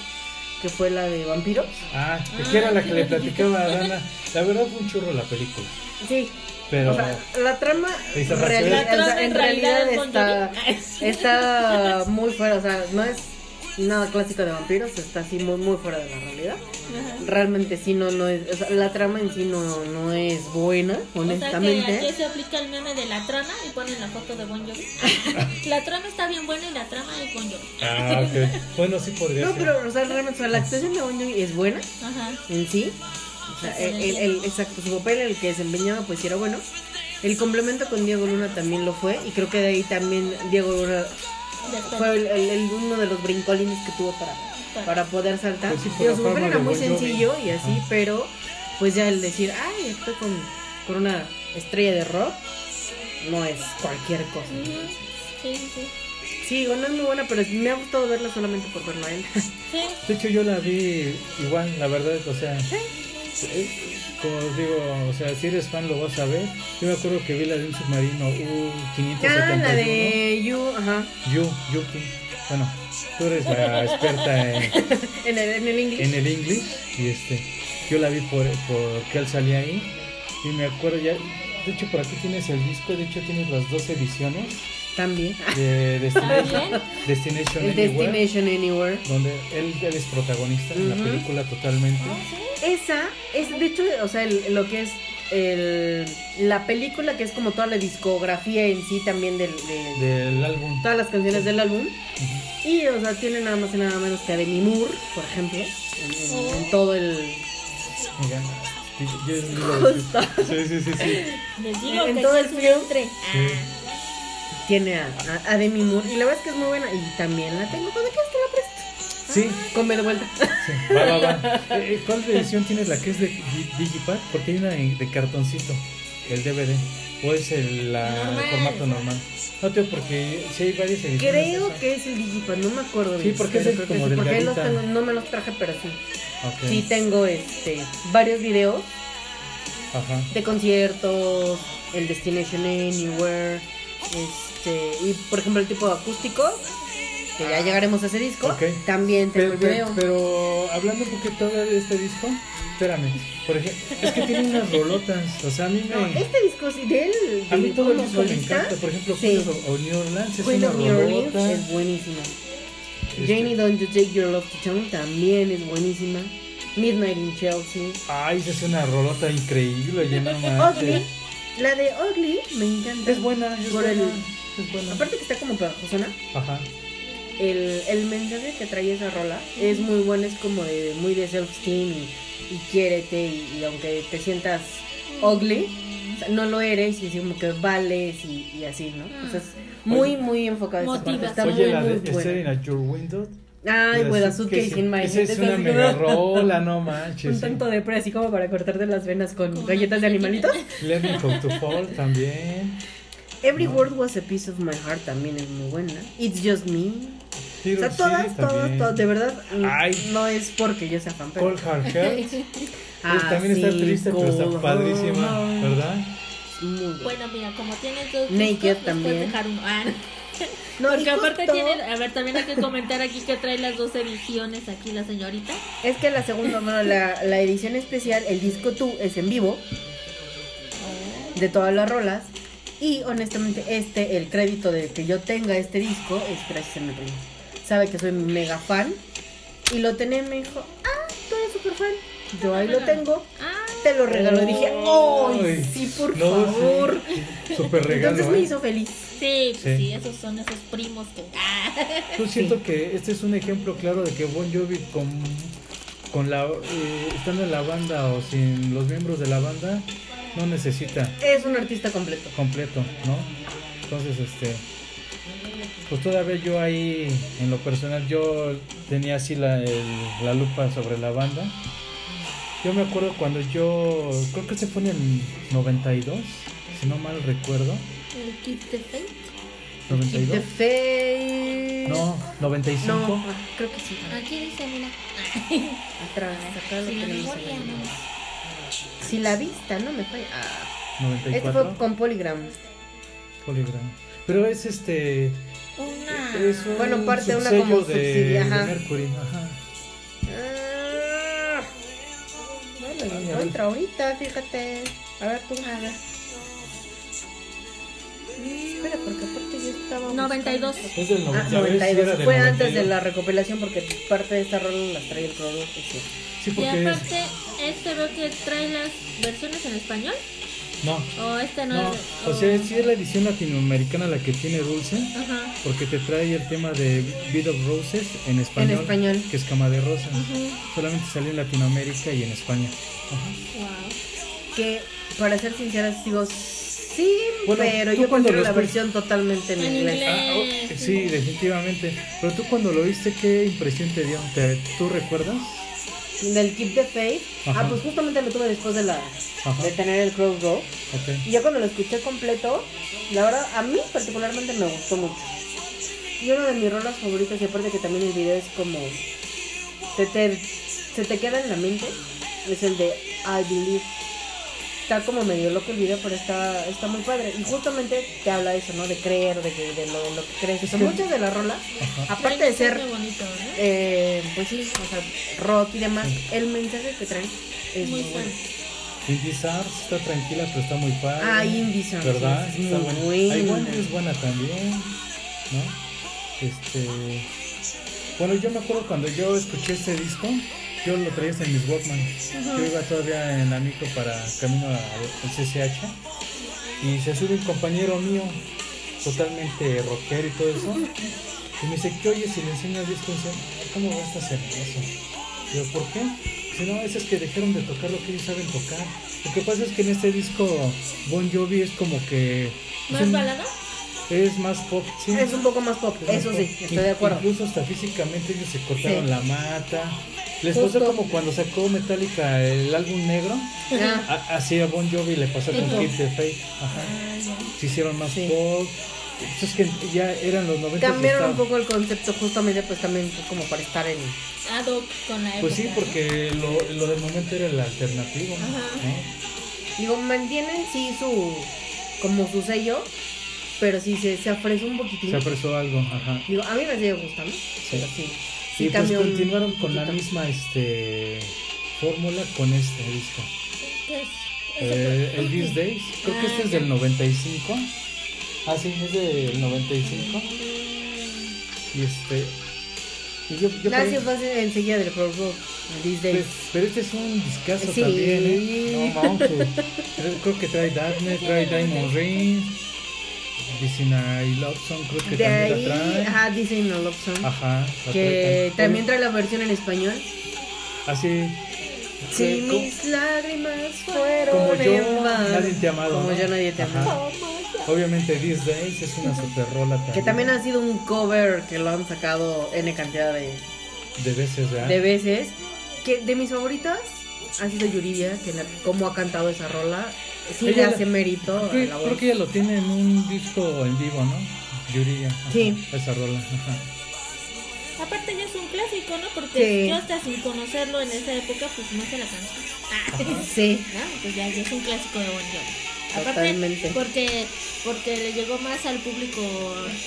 Speaker 3: que fue la de Vampiros.
Speaker 2: Ah, que era la que le platicaba a Dana. La verdad fue un churro la película.
Speaker 3: Sí,
Speaker 2: Pero
Speaker 3: o sea, la trama,
Speaker 2: Esa
Speaker 3: reali-
Speaker 2: La
Speaker 3: o sea, en realidad está,
Speaker 1: (laughs)
Speaker 3: está muy fuera, o sea, no es nada clásico de vampiros, está así muy, muy fuera de la realidad. Realmente sí, no, no es, o sea, la trama en sí no, no es buena,
Speaker 1: Honestamente. O sea que aquí
Speaker 3: honestamente.
Speaker 1: se aplica el meme de la trama y ponen la foto de Bon Jovi. La trama está bien buena y la trama es Bon Jovi.
Speaker 2: Ah, ok. Bueno, sí podría
Speaker 3: No,
Speaker 2: ser.
Speaker 3: pero, o sea, realmente, o sea, la actuación de Bon Jovi es buena
Speaker 1: Ajá.
Speaker 3: en sí. O sea, el, el- el- exacto, su papel, el que desempeñaba, pues sí era bueno. El complemento con Diego Luna también lo fue, y creo que de ahí también Diego Luna
Speaker 1: Después.
Speaker 3: fue el, el- el- uno de los brincolines que tuvo para, para poder saltar.
Speaker 2: Pues sí, por
Speaker 3: Digo,
Speaker 2: la
Speaker 3: su
Speaker 2: forma
Speaker 3: papel era
Speaker 2: de
Speaker 3: muy
Speaker 2: Bon Jovi.
Speaker 3: sencillo y así,
Speaker 2: Ajá.
Speaker 3: pero pues ya el decir, ay, estoy con, con una estrella de rock, no es cualquier cosa.
Speaker 1: Ujú. Sí, sí, sí.
Speaker 3: Sí, Gon es muy buena, pero me ha gustado verla solamente por verlo a él.
Speaker 1: Sí.
Speaker 2: De hecho, yo la vi igual, la verdad, o sea. eh, Como os digo, o sea, si eres fan lo vas a ver. Yo me acuerdo que vi la de un submarino
Speaker 3: Ah,
Speaker 2: U-571.
Speaker 3: la de You, ajá.
Speaker 2: Yu, Yuki. Bueno, tú eres
Speaker 3: (laughs)
Speaker 2: la experta en,
Speaker 3: En el, en el inglés.
Speaker 2: en el inglés. Y este, yo la vi por, porque él salía ahí. Y me acuerdo ya. De hecho, por aquí tienes el disco. De hecho, tienes las dos ediciones
Speaker 3: También. (laughs)
Speaker 2: de
Speaker 1: ¿Está
Speaker 2: Destination,
Speaker 1: bien?
Speaker 2: Destination
Speaker 3: El
Speaker 2: Anywhere.
Speaker 3: Destination Anywhere.
Speaker 2: Donde él, él es protagonista en la
Speaker 3: Ujú.
Speaker 2: película totalmente.
Speaker 1: Oh, sí.
Speaker 3: Esa es, de hecho, o sea, el- lo que es el, la película, que es como toda la discografía en sí también del- de,
Speaker 2: Del álbum.
Speaker 3: todas las canciones del álbum. Y, o sea, tiene nada más y nada menos que a Demi Moore, por ejemplo, en, en- en todo el...
Speaker 2: Mira, sí, yo digo-
Speaker 3: Justo.
Speaker 2: Sí, sí, sí, sí.
Speaker 1: Les digo
Speaker 3: En
Speaker 1: que
Speaker 3: todo
Speaker 1: sí
Speaker 3: el
Speaker 1: es un
Speaker 3: film.
Speaker 1: tren. Ah,
Speaker 3: Tiene a, a- a Demi Moore y la verdad es que es muy buena y también la tengo. ¿Dónde quieres que la presto?
Speaker 2: Sí,
Speaker 3: Come de vuelta.
Speaker 2: sí. Va, va, va. Eh, eh, ¿Cuál edición tienes la que es de di- Digipack? Porque hay una en- de cartoncito, el DVD. ¿O es el la-
Speaker 1: Normal.
Speaker 2: formato normal? No, tío, porque sí hay varias ediciones.
Speaker 3: Creo
Speaker 2: de esa.
Speaker 3: que es el Digipack, no me acuerdo
Speaker 2: Sí,
Speaker 3: bien.
Speaker 2: porque es
Speaker 3: pero
Speaker 2: el
Speaker 3: creo que
Speaker 2: como
Speaker 3: sí, porque ahí los
Speaker 2: delgadita.
Speaker 3: tengo- no me los traje, pero sí.
Speaker 2: Ok,
Speaker 3: Sí tengo este varios videos
Speaker 2: Ajá.
Speaker 3: de conciertos, el Destination Anywhere, este y por ejemplo el tipo de acústico, que ya llegaremos a ese disco,
Speaker 2: Ok.
Speaker 3: también
Speaker 2: Pero,
Speaker 3: tengo el
Speaker 2: pero-
Speaker 3: video.
Speaker 2: pero hablando un poquito de este disco, espérame. Por ejemplo, es que tiene unas rolotas. O sea, a mí me.
Speaker 3: No, este disco sí de él,
Speaker 2: A mí
Speaker 3: de-
Speaker 2: todo el
Speaker 3: como
Speaker 2: disco me
Speaker 3: solista,
Speaker 2: encanta. Por ejemplo,
Speaker 3: Sí.
Speaker 2: Queens of- of New Orleans es
Speaker 3: Queen
Speaker 2: una
Speaker 3: of New Orleans
Speaker 2: rolota.
Speaker 3: es buenísimo.
Speaker 2: Este-
Speaker 3: Janie Don't You Take Your Love to Town también es buenísima. Midnight in Chelsea.
Speaker 2: Ay, esa es una rolota increíble, yo no
Speaker 3: Ugly.
Speaker 2: manches.
Speaker 3: La de Ugly me encanta.
Speaker 2: Es buena, es
Speaker 3: Por
Speaker 2: buena.
Speaker 3: el-
Speaker 2: Es buena.
Speaker 3: Aparte que está como pegajosona.
Speaker 2: Ajá.
Speaker 3: El, el mensaje que trae esa rola es muy bueno, es como de muy de self-esteem y, y quiérete y, y aunque te sientas ugly, o sea, no lo eres y así como que vales y, y así, ¿no? O sea, es muy,
Speaker 2: Oye.
Speaker 3: muy enfocado esa parte.
Speaker 1: Motiva.
Speaker 3: Está
Speaker 2: Oye,
Speaker 3: muy,
Speaker 2: la
Speaker 3: muy
Speaker 2: de Staring
Speaker 3: buena.
Speaker 2: at Your Window.
Speaker 3: Ay, pues,
Speaker 2: la
Speaker 3: bueno,
Speaker 2: suitcase.
Speaker 3: Suitcase in My
Speaker 2: Esa
Speaker 3: Head.
Speaker 2: es
Speaker 3: está
Speaker 2: una
Speaker 3: así (laughs)
Speaker 2: mega
Speaker 3: como-
Speaker 2: rola, no manches.
Speaker 3: Un
Speaker 2: sí.
Speaker 3: tanto de pre, así como para cortarte las venas con
Speaker 1: Con
Speaker 3: galletas de animalitos.
Speaker 2: Let Me Go to Fall también.
Speaker 3: Every
Speaker 2: No.
Speaker 3: Word Was a Piece of My Heart también es muy buena. It's Just Me. O
Speaker 2: Little
Speaker 3: sea,
Speaker 2: City
Speaker 3: todas, todas,
Speaker 2: también.
Speaker 3: todas. De verdad, mm,
Speaker 2: Ay.
Speaker 3: no es porque yo sea fan, pero.
Speaker 2: Cold Hard Heart.
Speaker 3: Ah,
Speaker 2: Pues también está
Speaker 3: sí,
Speaker 2: triste, pero
Speaker 3: Cold
Speaker 2: está padrísima,
Speaker 3: Heart.
Speaker 2: ¿verdad?
Speaker 3: Muy buena.
Speaker 1: (laughs) Bueno, mira, como tienes dos discos,
Speaker 3: Naked
Speaker 1: pues
Speaker 3: también.
Speaker 1: puedes dejar uno.
Speaker 3: (laughs)
Speaker 1: Ah, no.
Speaker 3: No, y
Speaker 1: Porque aparte
Speaker 3: justo
Speaker 1: tienen, a ver, también hay que comentar aquí que trae las dos ediciones aquí la señorita.
Speaker 3: Es que la segunda, bueno, la, la edición especial, el disco tú, es en vivo. De todas las rolas. Y honestamente, este, el crédito de que yo tenga este disco es gracias a mi primo. Sabe que soy mega fan. Y lo tenía y me dijo, ah, tú eres súper fan. Yo ahí lo tengo,
Speaker 1: Ah,
Speaker 3: te lo regalo. Y dije, ¡ay,
Speaker 2: Ay,
Speaker 3: sí, por
Speaker 2: no, sí.
Speaker 3: favor!
Speaker 2: Súper regalo.
Speaker 3: Entonces me
Speaker 2: ¿eh?
Speaker 3: hizo feliz.
Speaker 1: sí, pues
Speaker 2: Sí.
Speaker 1: sí, esos son esos primos que. (laughs) Ah.
Speaker 2: Yo siento que este es un ejemplo claro de que Bon Jovi con, con la, eh, estando en la banda o sin los miembros de la banda no necesita
Speaker 3: Es un artista completo.
Speaker 2: completo, ¿no? Entonces, este, pues todavía yo ahí en lo personal yo tenía así la, el- la lupa sobre la banda. Yo me acuerdo cuando yo, creo que se fue en el 92, si no mal recuerdo,
Speaker 1: El kit de fe.
Speaker 3: Keep the
Speaker 2: 92.
Speaker 3: faith.
Speaker 2: No, 95.
Speaker 3: No, ah, creo que sí.
Speaker 1: Aquí dice, mira.
Speaker 3: Atrás, acá lo
Speaker 1: Si la
Speaker 3: tenemos
Speaker 1: memoria
Speaker 3: ahí.
Speaker 1: no.
Speaker 3: Si la vista no me falla. Ah, este
Speaker 2: 94.
Speaker 3: fue con Polygram.
Speaker 2: Poligrama. Pero es este.
Speaker 1: Una.
Speaker 2: Es un
Speaker 3: Ah. Bueno, parte de una
Speaker 2: subsello
Speaker 3: como
Speaker 2: de,
Speaker 3: subsidia, ajá.
Speaker 2: de Mercury. Ajá.
Speaker 3: Ah, bueno, lo
Speaker 2: Ah, ya
Speaker 3: encuentro ahorita, fíjate. A ver tú.
Speaker 1: A ver,
Speaker 3: Espera, porque aparte yo estaba. buscando-
Speaker 1: 92.
Speaker 2: Es del
Speaker 3: Ah,
Speaker 2: 90, ¿ves? Sí,
Speaker 3: 92.
Speaker 2: era del
Speaker 3: Fue antes
Speaker 2: 92.
Speaker 3: de la recopilación porque parte de esta rola la trae el producto. sí.
Speaker 2: Sí,
Speaker 1: Y
Speaker 2: porque es.
Speaker 1: aparte, este veo que trae las versiones en español.
Speaker 2: No,
Speaker 1: O este no,
Speaker 2: no.
Speaker 1: es.
Speaker 2: O sea, sí es la edición latinoamericana la que tiene Dulce.
Speaker 1: Ajá.
Speaker 2: Porque te trae el tema de Bed of Roses en español.
Speaker 3: En español.
Speaker 2: Que es Cama de Rosas.
Speaker 1: Ujú.
Speaker 2: Solamente salió en Latinoamérica y en España. Ajá.
Speaker 1: Wow.
Speaker 3: Que, para ser sinceras, digo, sí,
Speaker 2: Bueno,
Speaker 3: pero
Speaker 2: tú
Speaker 3: yo
Speaker 2: cuando
Speaker 3: prefiero
Speaker 2: lo
Speaker 3: la
Speaker 2: escuchas-
Speaker 3: versión totalmente en
Speaker 1: En
Speaker 3: inglés.
Speaker 1: inglés.
Speaker 2: Ah, oh,
Speaker 1: Eh,
Speaker 2: sí,
Speaker 1: sí.
Speaker 2: definitivamente. Pero tú cuando lo viste, ¿qué impresión te dio? ¿Te- ¿Tú recuerdas?
Speaker 3: Del Keep the Faith.
Speaker 2: Ajá.
Speaker 3: Ah, pues justamente lo tuve después de la
Speaker 2: Ajá.
Speaker 3: de tener el Crossbow.
Speaker 2: Ok.
Speaker 3: Y ya cuando lo escuché completo, la verdad, a mí particularmente me gustó mucho. Y una de mis rolas favoritas, y aparte que también el video es como. Te, te- se te queda en la mente, es el de I Believe. Está como medio loco el video, pero está, está muy padre. Y justamente te habla de eso, ¿no? De creer, de, que- de lo, lo que crees. Que son muchas de las rolas.
Speaker 2: Ajá.
Speaker 3: Aparte de ser
Speaker 1: Muy bonito, ¿verdad?
Speaker 3: eh, pues sí, o sea, rock y demás, el mensaje que trae es muy,
Speaker 1: Muy
Speaker 3: bueno.
Speaker 1: bueno.
Speaker 2: Indie Sars está tranquila, pero está muy padre.
Speaker 3: Ah, Indie Sars,
Speaker 2: ¿Verdad?
Speaker 3: es
Speaker 2: está
Speaker 3: muy
Speaker 2: buena. Ah, igual
Speaker 3: buena.
Speaker 2: es buena también, ¿no? Este. Bueno, yo me acuerdo cuando yo escuché este disco, yo lo traía en mis Walkman. Yo iba todavía en la micro para camino a- al CCH. Y se sube un compañero mío, totalmente rockero y todo eso. Y me dice, ¿qué oye si le enseño el disco? Y dice, ¿cómo vas a hacer eso? Y yo, ¿por qué? Dice, no, es, es que dejaron de tocar lo que ellos saben tocar. Lo que pasa es que en este disco Bon Jovi es como que... es
Speaker 1: ¿Más
Speaker 2: un-
Speaker 1: balada?
Speaker 2: Es más pop, sí.
Speaker 3: Es un poco más pop,
Speaker 2: Es más
Speaker 3: eso
Speaker 2: pop.
Speaker 3: sí, estoy de
Speaker 2: (laughs)
Speaker 3: acuerdo.
Speaker 2: Incluso hasta físicamente ellos se cortaron
Speaker 3: Sí.
Speaker 2: la mata. Les
Speaker 3: Justo.
Speaker 2: pasó como cuando sacó Metallica el álbum negro.
Speaker 3: Ah,
Speaker 2: A- Así a Bon Jovi le pasó con
Speaker 1: Ujú.
Speaker 2: Kid the Fate. Ajá.
Speaker 1: Ah, ya.
Speaker 2: Se hicieron más
Speaker 3: Sí.
Speaker 2: pop. Pues es que ya eran los 90
Speaker 3: cambiaron un poco el concepto justamente pues también como para estar en...
Speaker 1: Ad hoc con la época.
Speaker 2: Pues sí, porque lo, lo del momento era el alternativo. ¿no?
Speaker 1: Ajá.
Speaker 2: ¿No?
Speaker 3: Digo, mantienen sí su... como su sello, pero sí se, se apresó un poquitín.
Speaker 2: Se apresó algo. Ajá.
Speaker 3: Digo, a mí me sigue gustando, pero sí. sí
Speaker 2: y pues
Speaker 3: cambió un
Speaker 2: continuaron con la
Speaker 3: poquito.
Speaker 2: misma este, fórmula con este disco.
Speaker 1: ¿Qué es? Eso
Speaker 2: Eh,
Speaker 1: fue.
Speaker 2: el These Days. Creo que
Speaker 1: Ah,
Speaker 2: este es
Speaker 1: ya.
Speaker 2: del 95. Ah, sí, es del 95. Y este. Y yo, yo
Speaker 3: Nancy
Speaker 2: creo-
Speaker 3: fue hace- enseguida del Pro Bowl, These
Speaker 2: Pero,
Speaker 3: Days.
Speaker 2: pero este es un discazo
Speaker 3: Sí.
Speaker 2: también, ¿eh? No, Mountain. creo que trae Daphne, trae Diamond Ring, Disney I Love Song, creo que
Speaker 3: de
Speaker 2: también la
Speaker 3: ahí,
Speaker 2: trae.
Speaker 3: ajá, Disney No Love Song.
Speaker 2: Ajá, la
Speaker 3: Que
Speaker 2: trae
Speaker 3: también trae la versión en español.
Speaker 2: Así. eh,
Speaker 3: Si
Speaker 2: como-
Speaker 3: mis lágrimas fueron
Speaker 2: Como yo,
Speaker 3: en vano.
Speaker 2: nadie te ha amado,
Speaker 3: Como
Speaker 2: ¿no?
Speaker 3: yo, nadie te ha
Speaker 2: Ajá.
Speaker 3: amado.
Speaker 2: Obviamente, These Days es una super rola también.
Speaker 3: Que también ha sido un cover que lo han sacado N cantidad de,
Speaker 2: De veces, ¿verdad?
Speaker 3: de veces. Que de mis favoritas ha sido Yuridia, que la- como ha cantado esa rola. Sí,
Speaker 2: Ella
Speaker 3: le
Speaker 2: la-
Speaker 3: hace mérito a
Speaker 2: Creo,
Speaker 3: la
Speaker 2: creo
Speaker 3: voz.
Speaker 2: que ella lo tiene en un disco en vivo, ¿no? Yuriya. ajá,
Speaker 3: Sí.
Speaker 2: Esa rola. Ajá.
Speaker 1: Aparte ya es un clásico, ¿no? Porque
Speaker 3: Sí.
Speaker 1: yo hasta sin conocerlo en esa época, pues no se la canto.
Speaker 3: Sí,
Speaker 1: ¿no? Pues ya, ya es un clásico de Bon Jovi. Aparte,
Speaker 3: Totalmente.
Speaker 1: porque, porque le llegó más al público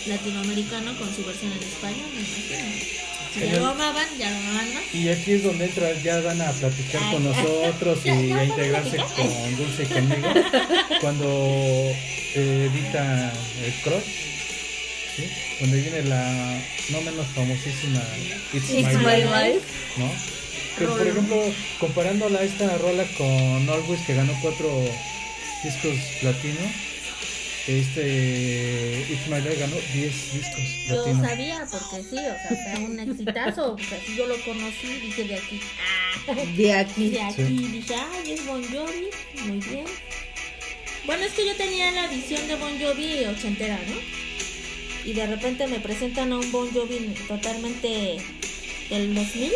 Speaker 1: latinoamericano con su versión en español, me imagino. Si ya
Speaker 2: Genial.
Speaker 1: lo amaban, ya lo amaban más.
Speaker 2: Y aquí es donde entra, ya van a platicar con nosotros y
Speaker 1: Ya, ya,
Speaker 2: a
Speaker 1: vamos a
Speaker 2: integrarse
Speaker 1: platicar.
Speaker 2: con Dulce y conmigo cuando eh, edita el crush, ¿sí? donde viene la no menos famosísima It's,
Speaker 3: It's
Speaker 2: My,
Speaker 3: My
Speaker 2: Life,
Speaker 3: Life.
Speaker 2: ¿no? Que por
Speaker 3: Rola.
Speaker 2: ejemplo, comparándola a esta rola con Always que ganó cuatro discos platino, este It's My Life ganó 10 discos
Speaker 1: Yo
Speaker 2: platino.
Speaker 1: sabía, porque sí, o sea, fue un exitazo. o sea, yo lo conocí, dije de aquí. Ah,
Speaker 3: de aquí.
Speaker 1: de aquí, dije, ay, es Bon Jovi, muy bien. Bueno, es que yo tenía la visión de Bon Jovi ochentera, ¿no? Y de repente me presentan a un Bon Jovi totalmente del 2000.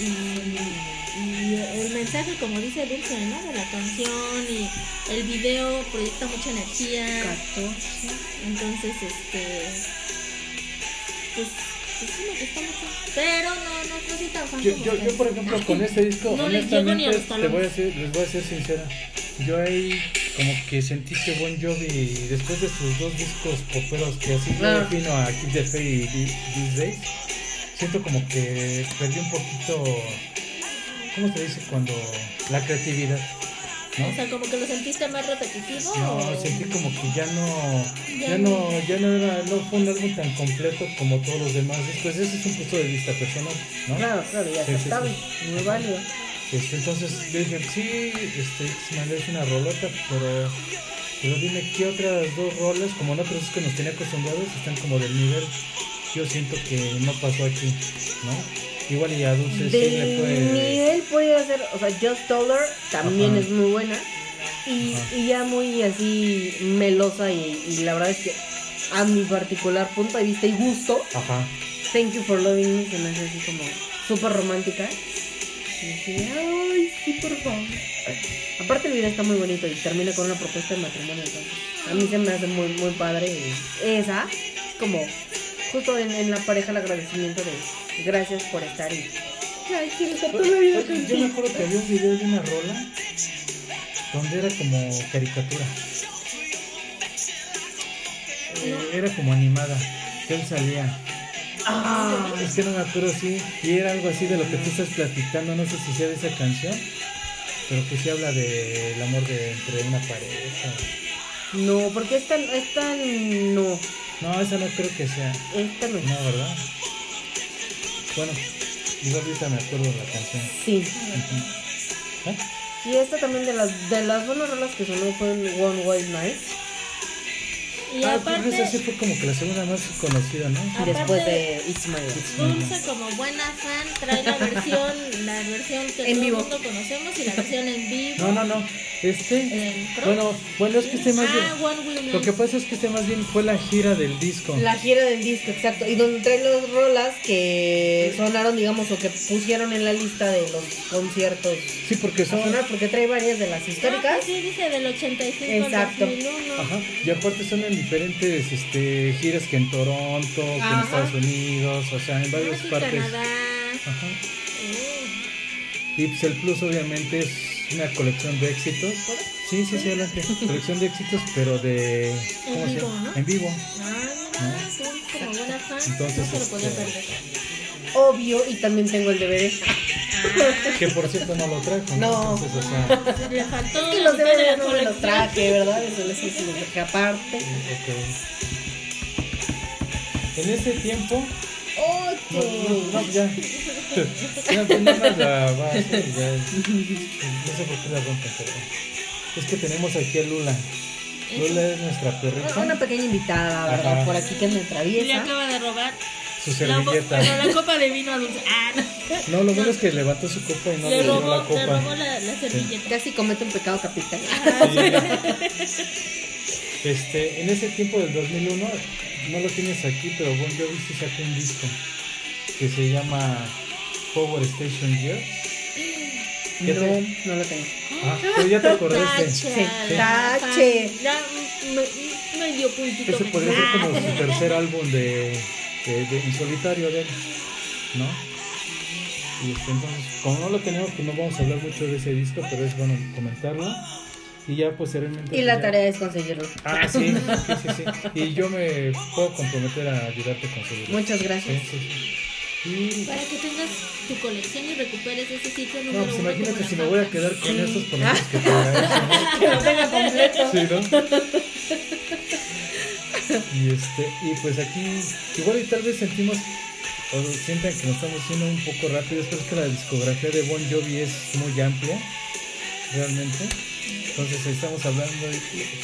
Speaker 1: Y, y el mensaje, como dice Dulce, ¿no? De la canción y el video proyecta mucha energía. Entonces, este. Pues, pues sí, me gusta mucho. Pero no, no, no soy tan fan
Speaker 2: Yo,
Speaker 1: como
Speaker 2: yo, yo,
Speaker 1: ustedes.
Speaker 2: por ejemplo, con este disco,
Speaker 1: No les llego ni a
Speaker 2: honestamente,
Speaker 1: los
Speaker 2: te
Speaker 1: talones.
Speaker 2: voy a decir, les voy a ser sincera. Yo ahí como que sentí que Bon Jovi, después de sus dos discos poperos que así yo
Speaker 3: Ah.
Speaker 2: vino a Kid the Fe y Thi- These Days, siento como que perdí un poquito, ¿cómo se dice? Cuando la creatividad, ¿no?
Speaker 1: O sea, como que lo sentiste más repetitivo.
Speaker 2: ¿Eh? No,
Speaker 1: o-
Speaker 2: sentí como que ya no,
Speaker 1: Ya
Speaker 2: ya no, ya no era, no fue un álbum tan completo como todos los demás discos. Ese es un punto de vista personal, ¿no?
Speaker 3: Claro, claro, y
Speaker 2: Sí, sí,
Speaker 3: aceptable, muy válido.
Speaker 2: Este, entonces yo dije, sí, este, X-Men es una rolota, pero, pero dime qué otras dos rolas, como en otros que nos tenía acostumbrados, están como del nivel. Yo siento que no pasó aquí, ¿no? Igual y a Dulce sí le
Speaker 3: Del
Speaker 2: fue.
Speaker 3: nivel puede hacer, o sea, Just Toller también
Speaker 2: Ajá.
Speaker 3: es muy buena y,
Speaker 2: Ajá.
Speaker 3: y ya muy así melosa y, y la verdad es que a mi particular punto de vista y gusto,
Speaker 2: Ajá.
Speaker 3: Thank You for Loving Me se me hace así como súper romántica. Y dije, ay, sí, por favor. Aparte el video está muy bonito y termina con una propuesta de matrimonio. entonces, a mí se me hace muy, muy padre y esa como justo en, en la pareja el agradecimiento de gracias por estar y ay quiero estar toda la vida
Speaker 2: Oye, Yo me
Speaker 3: contigo".
Speaker 2: acuerdo que había un video de una rola donde era como caricatura. Eh, Era como animada. Que él salía.
Speaker 3: Ah,
Speaker 2: Es que no me acuerdo, sí. Y era algo así de lo que tú estás platicando. No sé si sea de esa canción. Pero que sí habla del amor de entre una pareja.
Speaker 3: no, porque esta, esta no,
Speaker 2: No, esa no creo que sea.
Speaker 3: esta no.
Speaker 2: No, ¿verdad? Bueno, igual ahorita me acuerdo de la
Speaker 3: (laughs)
Speaker 2: canción.
Speaker 3: Sí,
Speaker 2: ¿Eh?
Speaker 3: y esta también de las de las buenas rolas que sonó fue el One Way Night.
Speaker 1: Y
Speaker 2: ah, pues
Speaker 1: aparte,
Speaker 2: esa sí fue como que la segunda más conocida, ¿no?
Speaker 3: Y después de It's My Life.
Speaker 1: Dulce como buena fan trae la versión, la versión que
Speaker 3: En
Speaker 1: todo
Speaker 3: vivo.
Speaker 1: el mundo conocemos y la versión en vivo.
Speaker 2: No, no, no. Este.
Speaker 1: en pro.
Speaker 2: Bueno, bueno, es que este más
Speaker 1: ah,
Speaker 2: bien.
Speaker 1: One Will
Speaker 2: Lo que pasa es que este más bien fue la gira del disco.
Speaker 3: La gira del disco, exacto. Y donde trae las rolas que sonaron, digamos, o que pusieron en la lista de los conciertos.
Speaker 2: Sí, porque
Speaker 3: A
Speaker 2: son.
Speaker 3: sonar porque trae varias de las
Speaker 1: Ah, pues
Speaker 3: históricas.
Speaker 1: sí, dice del 85 al
Speaker 3: Exacto.
Speaker 1: 2001.
Speaker 2: Ajá. Y aparte son en diferentes este, giras que en Toronto, que en
Speaker 3: Ajá.
Speaker 2: Estados Unidos, o sea, en varias
Speaker 1: México,
Speaker 2: partes.
Speaker 1: Canadá.
Speaker 2: Ajá.
Speaker 1: Uh,
Speaker 2: Y pues el Plus obviamente es una colección de éxitos. Sí, sí,
Speaker 1: (laughs)
Speaker 2: sí, adelante. colección de éxitos, pero de...
Speaker 1: En
Speaker 2: se
Speaker 1: vivo,
Speaker 2: llama?
Speaker 1: ¿no?
Speaker 2: En vivo.
Speaker 1: ah, mira, Dulce como buena fan,
Speaker 2: Entonces,
Speaker 1: no se lo podía
Speaker 2: este,
Speaker 1: perder.
Speaker 3: Obvio, y también tengo el DVD.
Speaker 2: Que por cierto no lo trajo.
Speaker 3: No.
Speaker 2: Entonces,
Speaker 1: (laughs)
Speaker 2: o sea,
Speaker 1: Ah, le faltó
Speaker 3: Y los
Speaker 1: la mitad de la
Speaker 3: DVD no me los
Speaker 1: colección.
Speaker 3: traje, ¿verdad? Eso les hice los dejé aparte.
Speaker 2: ok. En ese tiempo... No, no, no,
Speaker 3: Ocho.
Speaker 2: ya. (laughs) Ya, pues, nada más la base, ya. No sé por qué la rompen, pero... Es que tenemos aquí a Lula. Lula es nuestra perrita.
Speaker 3: Una pequeña invitada, ¿verdad?
Speaker 2: Ajá.
Speaker 3: Por aquí que me
Speaker 1: Y le
Speaker 3: atraviesa.
Speaker 1: acaba de robar
Speaker 2: Su
Speaker 1: la, bo-
Speaker 2: servilleta.
Speaker 1: bueno, la copa de vino a Dulce. Ah, no.
Speaker 2: No, lo bueno es que levantó su copa y no le,
Speaker 1: le,
Speaker 2: dio
Speaker 1: robó,
Speaker 2: la
Speaker 1: le robó
Speaker 2: copa.
Speaker 1: la, la servilleta.
Speaker 3: Casi comete un pecado capital.
Speaker 2: Ah, Sí. Este, en ese tiempo del 2001, no lo tienes aquí, pero Bon Jovi sí sacó un disco que se llama Power Station Girls. ¿Qué
Speaker 3: No,
Speaker 2: te-
Speaker 3: no lo tengo.
Speaker 2: Ah, pero ya te acordaste.
Speaker 1: Tache.
Speaker 3: Sí.
Speaker 1: la
Speaker 3: Tache.
Speaker 1: fan. Ya, mm, me- me dio puntito.
Speaker 2: Ese podría ser como su tercer álbum de, de- de- en solitario de él, ¿no? Y este, entonces, como no lo tenemos, pues no vamos a hablar mucho de ese disco, pero es bueno comentarlo. Y ya posteriormente.
Speaker 3: Y la
Speaker 2: ya-
Speaker 3: tarea es conseguirlo.
Speaker 2: Ah, sí, sí, sí, sí. Y yo me puedo comprometer a ayudarte con su libro.
Speaker 3: Muchas gracias.
Speaker 2: Sí, sí, sí.
Speaker 1: Para que tengas tu colección y recuperes ese sitio
Speaker 2: Y,
Speaker 1: número
Speaker 2: no, pues
Speaker 1: uno
Speaker 2: imagínate
Speaker 1: como
Speaker 2: si
Speaker 1: la
Speaker 2: me voy a
Speaker 1: Fanta.
Speaker 2: quedar con estos por los que te agradezco,
Speaker 3: Que lo tenga completo.
Speaker 2: ¿no? Sí, ¿no? Y este, y pues aquí, igual y tal vez sentimos, o sientan que nos estamos yendo un poco rápido, es pero es que la discografía de Bon Jovi es muy amplia, realmente. Entonces estamos hablando,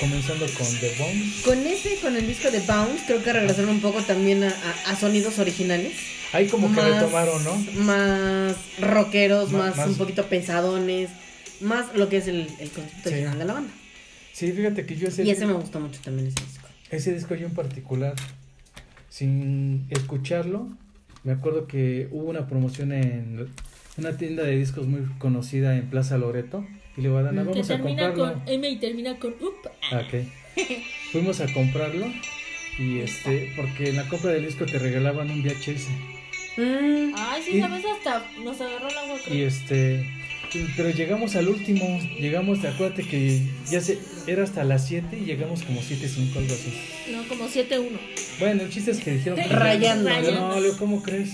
Speaker 2: comenzando con The Bombs.
Speaker 3: Con ese, con el disco de Bounce, creo que regresaron un poco también a, a- a sonidos originales.
Speaker 2: Ahí como que
Speaker 3: Más-
Speaker 2: retomaron, ¿no?
Speaker 3: Más rockeros,
Speaker 2: Ma-
Speaker 3: más,
Speaker 2: más-
Speaker 3: un poquito pesadones, más lo que es el, el concepto
Speaker 2: Sí.
Speaker 3: original de la banda.
Speaker 2: Sí, fíjate que yo ese,
Speaker 3: Y ese me gustó mucho también ese disco.
Speaker 2: ese disco yo en particular, sin escucharlo, me acuerdo que hubo una promoción en una tienda de discos muy conocida en Plaza Loreto y le van a
Speaker 3: Mm,
Speaker 1: Que
Speaker 2: vamos a
Speaker 1: termina
Speaker 2: comprarlo.
Speaker 1: con M y termina con UP.
Speaker 2: Ah, ok. Fuimos a comprarlo y este, porque en la compra del disco te regalaban un VHS
Speaker 3: Mm,
Speaker 1: Ay,
Speaker 2: Y-
Speaker 1: sí, sabes, hasta nos agarró la agua.
Speaker 2: y este, pero llegamos al último, llegamos, acuérdate que ya se, era hasta las 7 y llegamos como 7.5 algo así.
Speaker 1: No, como 7-1.
Speaker 2: Bueno, el chiste es que dijeron que
Speaker 3: Rayando,
Speaker 2: Le digo,
Speaker 1: ¿no?
Speaker 2: No, Leo, ¿cómo crees?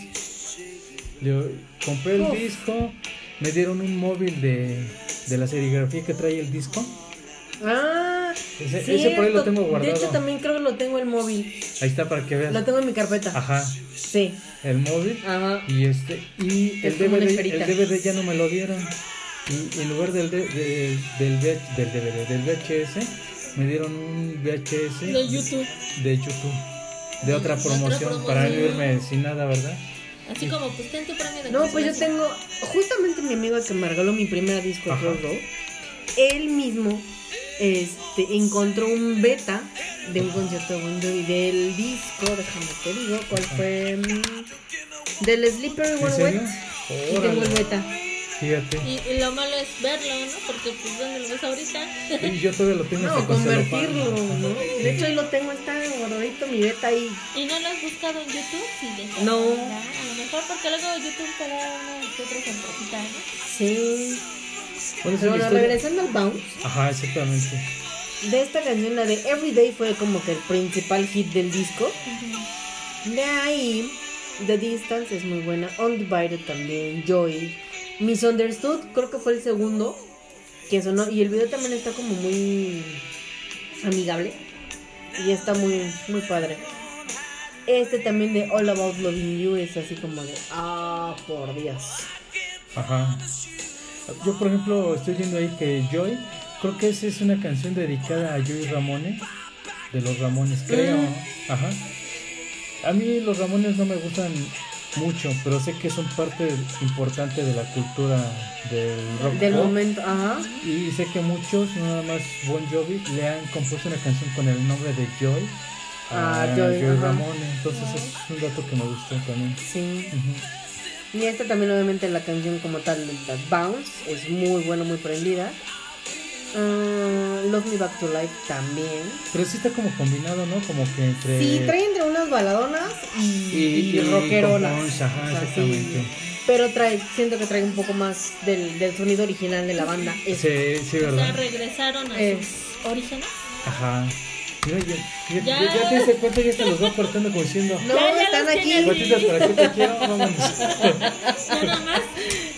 Speaker 2: Leo, compré el
Speaker 3: Uf.
Speaker 2: disco, me dieron un móvil de, de la serigrafía que trae el disco.
Speaker 3: ah,
Speaker 2: Ese, E-, ese por ahí lo
Speaker 3: cierto.
Speaker 2: tengo guardado.
Speaker 3: De hecho, también creo que lo tengo el móvil.
Speaker 2: Ahí está para que veas.
Speaker 3: Lo tengo en mi carpeta.
Speaker 2: Ajá,
Speaker 3: Sí.
Speaker 2: el móvil.
Speaker 3: Ajá.
Speaker 2: Y este, y
Speaker 3: Es
Speaker 2: el
Speaker 3: como una
Speaker 2: DVD,
Speaker 3: esferita.
Speaker 2: el DVD ya no me lo dieron. Y en lugar del, de- de- del, V- del DVD, del VHS, me dieron un VHS
Speaker 1: De YouTube.
Speaker 2: de YouTube. De otra
Speaker 1: Otra
Speaker 2: promoción, para no
Speaker 1: promoción.
Speaker 2: irme sin nada, ¿verdad?
Speaker 1: Así como, pues ten tu premio de
Speaker 3: No, pues yo
Speaker 1: consolación.
Speaker 3: tengo justamente mi amigo que me regaló mi primer disco
Speaker 2: Ajá.
Speaker 3: Rock Roll, él mismo este, encontró un beta de un concierto de Bon Jovi del disco, déjame te digo cuál fue mm, del Sleeper
Speaker 2: ¿En
Speaker 3: One
Speaker 2: serio?
Speaker 3: Wet y tengo el
Speaker 2: Órale.
Speaker 3: beta.
Speaker 2: Fíjate.
Speaker 1: Y, y lo malo es verlo, ¿no? Porque pues donde lo ves ahorita.
Speaker 2: Y yo todavía lo tengo
Speaker 3: No,
Speaker 2: hasta con
Speaker 3: convertirlo,
Speaker 2: celofán.
Speaker 3: ¿no? De hecho, ahí lo tengo, está gordito mi beta ahí.
Speaker 1: ¿Y no lo has buscado en YouTube? Sí, de-
Speaker 3: No.
Speaker 1: A lo mejor porque luego YouTube te da una que otra sorpresita, ¿no?
Speaker 3: Sí.
Speaker 2: Bueno, esa es
Speaker 3: Pero
Speaker 2: la
Speaker 3: bueno,
Speaker 2: historia.
Speaker 3: regresando al bounce,
Speaker 2: Ajá, exactamente.
Speaker 3: de esta canción, la de Everyday fue como que el principal hit del disco. De ahí, The Distance es muy buena, Undivided también, Joy, Misunderstood creo que fue el segundo que sonó y el video también está como muy amigable y está muy muy padre. Este también de All About Loving You es así como de ah por Dios.
Speaker 2: Ajá. Yo, por ejemplo, estoy viendo ahí que Joy, creo que esa es una canción dedicada a Joy Ramone, de los Ramones, creo.
Speaker 3: Mm.
Speaker 2: Ajá. A mí los Ramones no me gustan mucho, pero sé que son parte importante de la cultura del rock.
Speaker 3: Del
Speaker 2: pop.
Speaker 3: momento, ajá.
Speaker 2: Y sé que muchos, no nada más Bon Jovi, le han compuesto una canción con el nombre de Joy a
Speaker 3: Ah, Joy,
Speaker 2: Joy,
Speaker 3: ajá.
Speaker 2: Ramone. Entonces es un dato que me gustó también.
Speaker 3: Sí.
Speaker 2: Ujú.
Speaker 3: Y esta también obviamente la canción como tal, The Bounce, es muy buena, muy prendida. Ah, Love Me Back to Life también.
Speaker 2: Pero sí está como combinado, ¿no? Como que entre.
Speaker 3: Sí, trae entre unas baladonas y, y,
Speaker 2: Eh, Y- y
Speaker 3: rockeronas.
Speaker 2: compones, ajá, exactamente.
Speaker 3: pero trae, siento que trae un poco más del, del sonido original de la banda. Es-
Speaker 2: Sí, sí,
Speaker 1: O sea,
Speaker 2: ¿verdad?
Speaker 1: regresaron a
Speaker 3: Eh.
Speaker 1: sus orígenes.
Speaker 2: Ajá. Mira, ya, ya,
Speaker 1: Ya.
Speaker 2: ya- ya te diste cuenta, ya te los va cortando como diciendo.
Speaker 1: Ya,
Speaker 3: No,
Speaker 1: ya
Speaker 3: están
Speaker 1: los
Speaker 3: aquí.
Speaker 1: tiene.
Speaker 2: Patitas, ¿para qué te quiero? Vámonos.
Speaker 1: Ya nada más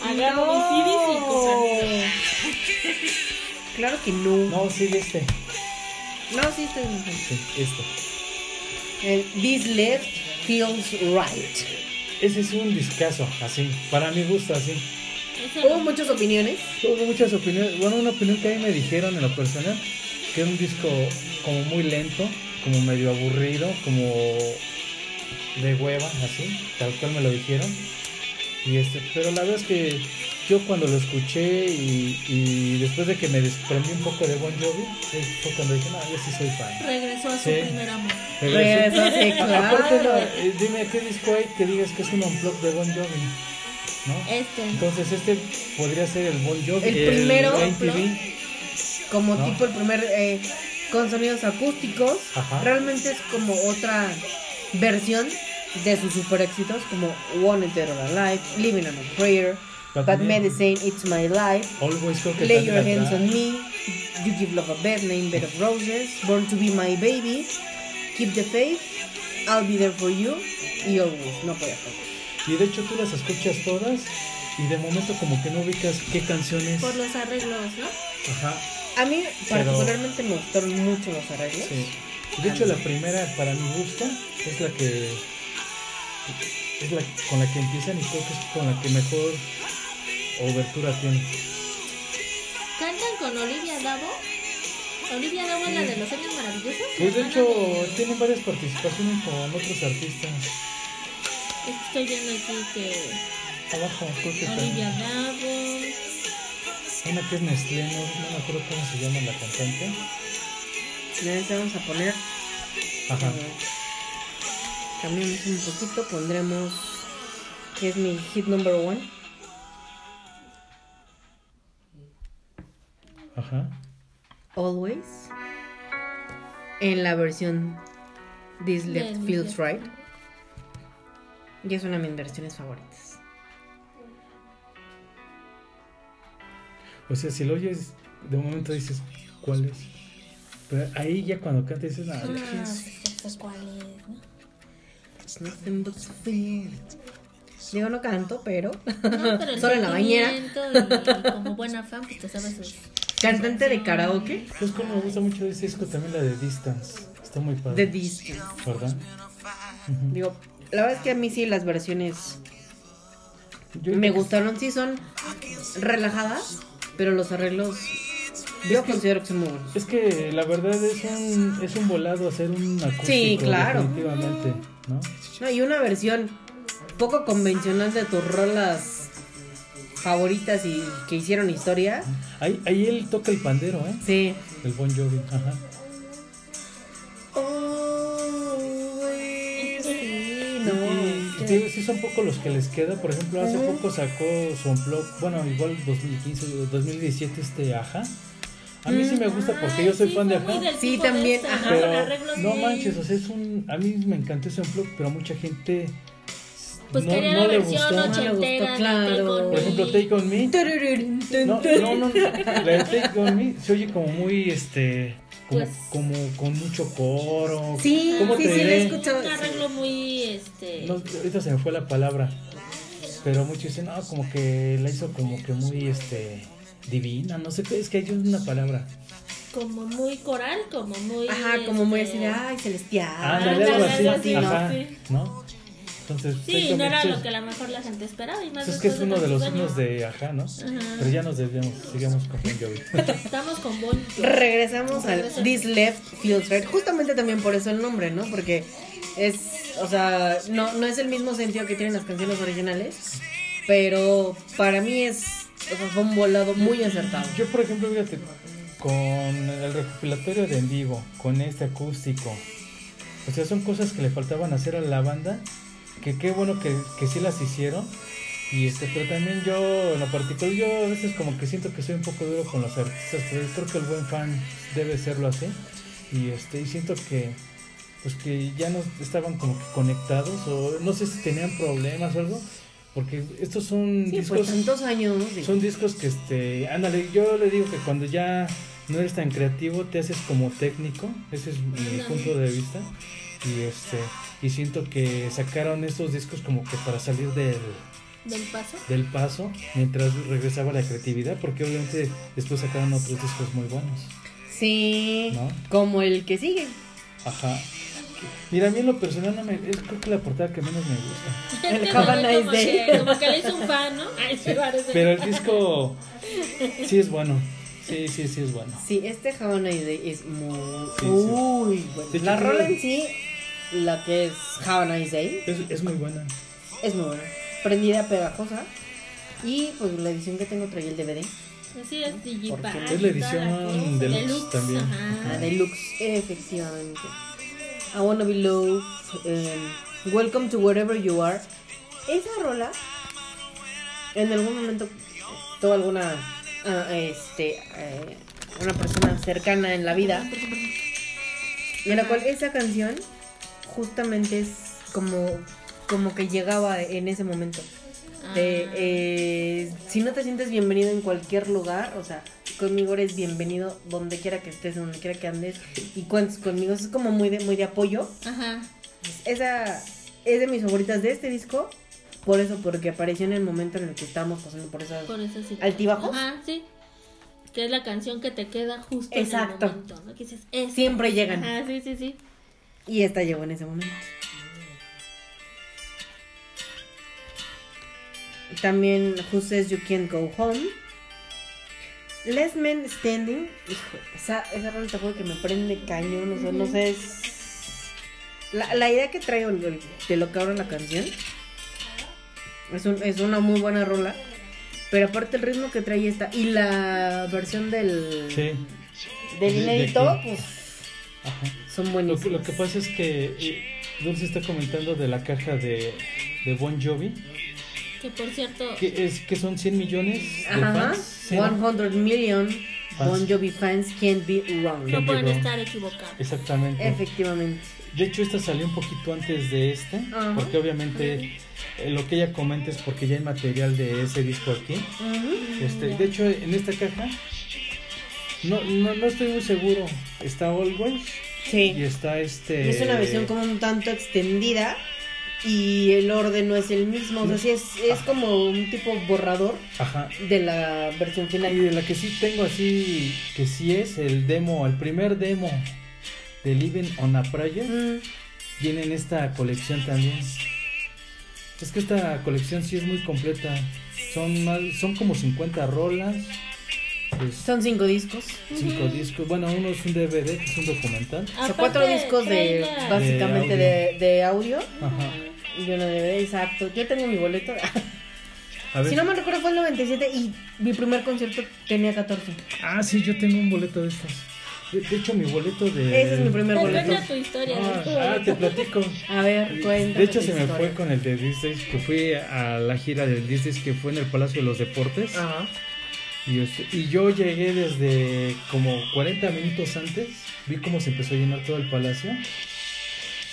Speaker 1: agarro
Speaker 3: No.
Speaker 1: mis CDs y cosas.
Speaker 3: Claro que no. No,
Speaker 2: No, sigue este.
Speaker 3: sí, estoy bien.
Speaker 2: Sí, este.
Speaker 3: El This Left Feels Right.
Speaker 2: Ese es un discazo, así. Para mi gusto, así.
Speaker 1: Eso
Speaker 3: Hubo muchas opiniones.
Speaker 2: Hubo muchas opiniones. Bueno, una opinión que a mí me dijeron en lo personal, que era un disco como muy lento, como medio aburrido, como de hueva, así, tal cual me lo dijeron. Y este, pero la verdad es que yo cuando lo escuché y, y después de que me desprendí un poco de Bon Jovi, es- fue cuando dije, no, yo sí soy fan.
Speaker 1: regresó a su
Speaker 2: Sí.
Speaker 1: primer amor.
Speaker 2: Regresé.
Speaker 3: Regresó,
Speaker 2: (laughs)
Speaker 3: sí,
Speaker 2: A- Aparte, no,
Speaker 3: Pues, claro.
Speaker 2: eh, dime qué disco hay que digas que es un unplug de Bon Jovi, ¿no?
Speaker 1: Este.
Speaker 2: Entonces este podría ser el Bon Jovi.
Speaker 3: El primero,
Speaker 2: MTV.
Speaker 3: Como
Speaker 2: No.
Speaker 3: tipo el primer eh, con sonidos acústicos.
Speaker 2: Ajá.
Speaker 3: Realmente es como otra versión de sus super éxitos como One Dead or Alive, Living on a Prayer,
Speaker 2: Bad
Speaker 3: Bad
Speaker 2: Men-
Speaker 3: Medicine, It's My Life.
Speaker 2: Always creo que
Speaker 3: Lay
Speaker 2: también la
Speaker 3: Your Hands
Speaker 2: trae.
Speaker 3: on Me, You Give Love a Bad Name, Bed of Roses, Born to Be My Baby, Keep the Faith, I'll Be There for You y Always, no podía faltar.
Speaker 2: Y de hecho tú las escuchas todas y de momento como que no ubicas qué canciones.
Speaker 1: Por los arreglos, ¿no?
Speaker 2: Ajá.
Speaker 3: A mí
Speaker 2: Pero-
Speaker 3: particularmente me gustaron mucho los arreglos.
Speaker 2: Sí. Y De hecho la primera para mi gusto es la que es la con la que empiezan y creo que es con la que mejor obertura tiene.
Speaker 1: Cantan con Olivia Davo. Olivia Davo es la de los años maravillosos.
Speaker 2: Pues de
Speaker 1: hermana
Speaker 2: hecho tienen varias participaciones con otros artistas.
Speaker 1: Es que Estoy viendo aquí que
Speaker 2: Abajo creo que
Speaker 1: Olivia
Speaker 2: también.
Speaker 1: Davo.
Speaker 2: Una que es Nestlé, no, no me acuerdo cómo se llama la cantante.
Speaker 3: Les vamos a poner.
Speaker 2: Ajá.
Speaker 3: eh, cambiamos un poquito, pondremos. que es mi hit number one?
Speaker 2: Ajá.
Speaker 3: Always. En la versión This Left
Speaker 1: Yes,
Speaker 3: Feels
Speaker 1: yes.
Speaker 3: Right. Y es una de mis versiones favoritas.
Speaker 2: O sea, si lo oyes, de momento dices, ¿cuál es? Pero ahí ya cuando canta dices, "Ah, ya".
Speaker 1: Ah, pues, ¿cuál
Speaker 3: (laughs)
Speaker 1: es? no?
Speaker 3: It's nothing but a feeling. Digo, no canto, pero. (laughs)
Speaker 1: No, pero el
Speaker 3: Solo en la bañera.
Speaker 1: sentimiento y como buena fan, pues te sabes sus.
Speaker 3: Cantante de karaoke.
Speaker 2: ¿Sabes cuál me gusta mucho de ese disco? También la de Distance. Está muy
Speaker 3: The
Speaker 2: padre.
Speaker 3: Distance.
Speaker 2: ¿Verdad?
Speaker 3: Digo, la verdad es que a mí sí las versiones
Speaker 2: Yo-
Speaker 3: me gustaron. Sí son relajadas, pero los arreglos. Yo considero que son muy buenos.
Speaker 2: Es que la verdad es un, es un volado hacer un acústico.
Speaker 3: Sí, claro.
Speaker 2: Definitivamente, ¿no?
Speaker 3: No, y una versión poco convencional de tus rolas favoritas y que hicieron historia.
Speaker 2: Ahí, ahí él toca el pandero, ¿eh?
Speaker 3: Sí.
Speaker 2: El Bon Jovi. Ajá.
Speaker 3: Sí,
Speaker 2: Y-
Speaker 3: no.
Speaker 2: y- Sí, sí son pocos los que les queda. Por ejemplo, hace
Speaker 3: Ujú.
Speaker 2: poco sacó su unplug, bueno, igual 2015, 2017 este Aja. A mí sí me
Speaker 1: Ah,
Speaker 2: gusta porque yo soy fan de Aja.
Speaker 3: Mm, Sí, también, ajá.
Speaker 2: Pero no manches, o sea, es un a mí me encantó ese unplug, pero a mucha gente
Speaker 1: Pues
Speaker 2: no,
Speaker 1: quería
Speaker 2: no
Speaker 1: la
Speaker 2: le
Speaker 1: versión
Speaker 2: gustó.
Speaker 3: ocho.
Speaker 1: ochentera de
Speaker 3: claro.
Speaker 1: Take On
Speaker 2: Por ejemplo,
Speaker 1: Me.
Speaker 2: Take on Me.
Speaker 3: Tarararun, tun,
Speaker 2: No,
Speaker 3: tun.
Speaker 2: no, no, no. La de Take On Me se oye como muy, este, como,
Speaker 1: Pues-
Speaker 2: como con mucho coro.
Speaker 3: Sí,
Speaker 2: ¿Cómo
Speaker 3: sí,
Speaker 2: te
Speaker 3: sí, la
Speaker 2: diré?
Speaker 3: he escuchado.
Speaker 1: Un arreglo muy, este...
Speaker 2: No, ahorita se me fue la palabra. Pero muchos dicen, no, como que la hizo como que muy, este, divina. No sé qué, es que hay una palabra.
Speaker 1: Como muy coral, como muy...
Speaker 3: Ajá, como muy así
Speaker 1: este,
Speaker 3: de, ay, celestial.
Speaker 2: Ah,
Speaker 1: ándale,
Speaker 2: algo
Speaker 1: algo
Speaker 2: así.
Speaker 1: así,
Speaker 2: Ajá,
Speaker 1: sí.
Speaker 2: ¿no? Entonces,
Speaker 1: Sí,
Speaker 2: Take On
Speaker 1: no
Speaker 2: Me,
Speaker 1: era
Speaker 2: pues,
Speaker 1: lo que a lo mejor la gente esperaba. Y más
Speaker 2: pues es que es
Speaker 1: después
Speaker 2: uno de los
Speaker 1: tantos
Speaker 2: signos
Speaker 1: años.
Speaker 2: de ajá, ¿no?
Speaker 1: Ajá.
Speaker 2: Pero ya nos desviamos, sigamos con Bon Jovi.
Speaker 1: Estamos con Bon Jovi.
Speaker 3: (laughs) Regresamos al This Left Feels Right. Justamente también por eso el nombre, ¿no? Porque es, o sea, no, no es el mismo sentido que tienen las canciones originales, pero para mí es, o sea, fue un volado muy acertado.
Speaker 2: Yo, por ejemplo, fíjate, con el recopilatorio de en vivo, con este acústico, o sea, son cosas que le faltaban hacer a la banda, que qué bueno que, que sí las hicieron. Y este, pero también yo, en lo particular, yo a veces como que siento que soy un poco duro con los artistas, pero yo creo que el buen fan debe serlo así. Y este, y siento que pues que ya no estaban como que conectados o no sé si tenían problemas o algo, porque estos son
Speaker 3: Sí, pues, por
Speaker 2: discos
Speaker 3: tantos años. sí.
Speaker 2: son discos que este, ándale, yo le digo que cuando ya no eres tan creativo te haces como técnico, ese es mi
Speaker 1: Ándale.
Speaker 2: punto de vista y este y siento que sacaron estos discos como que para salir del,
Speaker 1: del paso.
Speaker 2: del paso mientras regresaba la creatividad, porque obviamente después sacaron otros discos muy buenos,
Speaker 3: Sí,
Speaker 2: ¿no?
Speaker 3: como el que sigue.
Speaker 2: Ajá. Mira, a mí en lo personal no me, es creo que la portada que menos me gusta.
Speaker 1: (laughs) Es que
Speaker 3: Have a
Speaker 1: se ve
Speaker 3: nice
Speaker 1: como
Speaker 3: day.
Speaker 1: que- Como que le hizo un fan, ¿no? (laughs) Ay, sí, parece.
Speaker 2: Pero
Speaker 1: (laughs)
Speaker 2: el disco sí es bueno. Sí, sí, sí es bueno.
Speaker 3: Sí, este Havana Day es muy...
Speaker 2: Sí, sí.
Speaker 3: Uy,
Speaker 2: De
Speaker 3: la
Speaker 2: hecho,
Speaker 3: rola
Speaker 2: creo-
Speaker 3: en sí, la que es Havana Day,
Speaker 2: Es, es muy buena.
Speaker 3: Es muy buena. Prendida, pegajosa. Y pues la edición que tengo traía el DVD.
Speaker 1: Así es, Digipack.
Speaker 3: Porque
Speaker 2: es la
Speaker 1: y toda
Speaker 2: edición
Speaker 1: cosa.
Speaker 2: deluxe también.
Speaker 1: ajá.
Speaker 3: La deluxe, efectivamente. I Wanna Be Loved. em, Welcome to Wherever You Are. Esa rola, en algún momento, tuvo alguna. ah, este. eh, una persona cercana en la vida. De la cual esa canción, justamente es como. Como que llegaba en ese momento. De,
Speaker 1: Ah.
Speaker 3: eh, si no te sientes bienvenido en cualquier lugar, o sea, conmigo eres bienvenido donde quiera que estés, donde quiera que andes y cuentes conmigo. Eso es como muy de, muy de apoyo.
Speaker 1: Ajá.
Speaker 3: Esa es de mis favoritas de este disco. Por eso, porque apareció en el momento en el que estábamos pasando por esa.
Speaker 1: Por eso sí.
Speaker 3: ¿Altibajos?
Speaker 1: Ajá, sí. Que es la canción que te queda justo
Speaker 3: Exacto.
Speaker 1: en el momento, ¿no? Que dices, esta.
Speaker 3: Siempre llegan.
Speaker 1: Ajá, sí, sí, sí.
Speaker 3: Y esta llegó en ese momento. También Who Says You Can't Go Home. Less Men Standing. Hijo, esa, esa rola te juro que me prende cañón. O sea, no sé. es- La, la idea que traigo de de lo que habla la canción es, un- es una muy buena rola. Pero aparte el ritmo que trae esta y la versión del,
Speaker 2: Sí.
Speaker 3: del
Speaker 2: de- de
Speaker 3: inédito,
Speaker 2: aquí.
Speaker 3: pues
Speaker 2: Ajá.
Speaker 3: son
Speaker 2: Lo,
Speaker 3: buenísimas.
Speaker 2: que- lo que pasa es que eh, Dulce está comentando de la caja de, de Bon Jovi,
Speaker 1: Que por cierto,
Speaker 2: que, es, que son 100 millones de
Speaker 3: Ajá.
Speaker 2: fans. sí, ¿no?
Speaker 3: 100 million
Speaker 2: Fans.
Speaker 3: Bon Jovi fans can't be wrong.
Speaker 1: no pueden
Speaker 2: llegó.
Speaker 1: estar equivocados.
Speaker 2: Exactamente.
Speaker 3: Efectivamente.
Speaker 2: De hecho, esta salió un poquito antes de este,
Speaker 3: Ajá.
Speaker 2: porque obviamente eh, lo que ella comenta es porque ya hay material de ese disco aquí.
Speaker 3: Mm,
Speaker 2: Este, de hecho, en esta caja, no, no, no estoy muy seguro, está Always y
Speaker 3: Sí.
Speaker 2: está este...
Speaker 3: Es una versión como un tanto extendida y el orden no es el mismo. O sea, sí es, es
Speaker 2: Ajá.
Speaker 3: como un tipo borrador
Speaker 2: Ajá,
Speaker 3: de la versión
Speaker 2: Y
Speaker 3: final.
Speaker 2: de la que sí tengo así, que sí es el demo, el primer demo de Living on a Prayer,
Speaker 3: Mm,
Speaker 2: viene en esta colección también. Es que esta colección sí es muy completa. Son más- son como 50 rolas, pues,
Speaker 3: Son cinco discos.
Speaker 2: cinco discos. Bueno, uno es un DVD, que es un documental.
Speaker 3: O sea,
Speaker 1: Aparte,
Speaker 3: cuatro discos
Speaker 1: trae
Speaker 3: de
Speaker 1: la-
Speaker 3: básicamente de, de audio
Speaker 2: Ajá.
Speaker 3: y uno de DVD, exacto. Yo tengo mi boleto. (laughs)
Speaker 2: A ver.
Speaker 3: si no me recuerdo fue el 97 y mi primer concierto tenía 14.
Speaker 2: Ah, sí, yo tengo un boleto de estos. De, de hecho, mi boleto de.
Speaker 3: Ese es mi primer boleto.
Speaker 1: Cuenta tu historia.
Speaker 2: Ah,
Speaker 1: de tu
Speaker 2: ah,
Speaker 1: boleto.
Speaker 2: te platico.
Speaker 3: A ver, cuéntame.
Speaker 2: De hecho,
Speaker 3: tu
Speaker 2: se me fue
Speaker 3: historia.
Speaker 2: con el de Disney, que fui a la gira del Disney, que fue en el Palacio de los Deportes.
Speaker 3: Ajá.
Speaker 2: Y, este- y yo llegué desde como 40 minutos antes, vi cómo se empezó a llenar todo el palacio.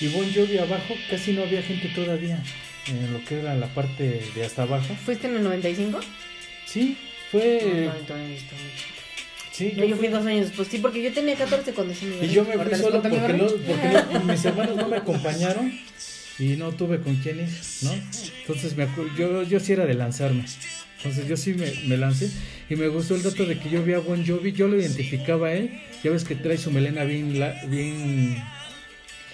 Speaker 2: Y Bon Jovi abajo, casi no había gente todavía, en lo que era la parte de hasta abajo.
Speaker 3: ¿Fuiste en el 95?
Speaker 2: Sí, fue...
Speaker 3: no, todavía no estaba.
Speaker 2: Sí,
Speaker 3: Yo, fui dos años después, sí, porque yo tenía 14 cuando se me
Speaker 2: Y
Speaker 3: iba.
Speaker 2: yo me
Speaker 3: Ahorita
Speaker 2: fui
Speaker 3: les
Speaker 2: solo
Speaker 3: cuento mi
Speaker 2: porque, no,
Speaker 3: berrinche.
Speaker 2: porque no- mis hermanos no me acompañaron y no tuve con quién ir, ¿no? Entonces me, acu- yo, yo sí era de lanzarme. Entonces yo sí me, me lancé y me gustó el dato de que yo vi a Bon Jovi, yo lo identificaba a él. Ya ves que trae su melena bien... la- bien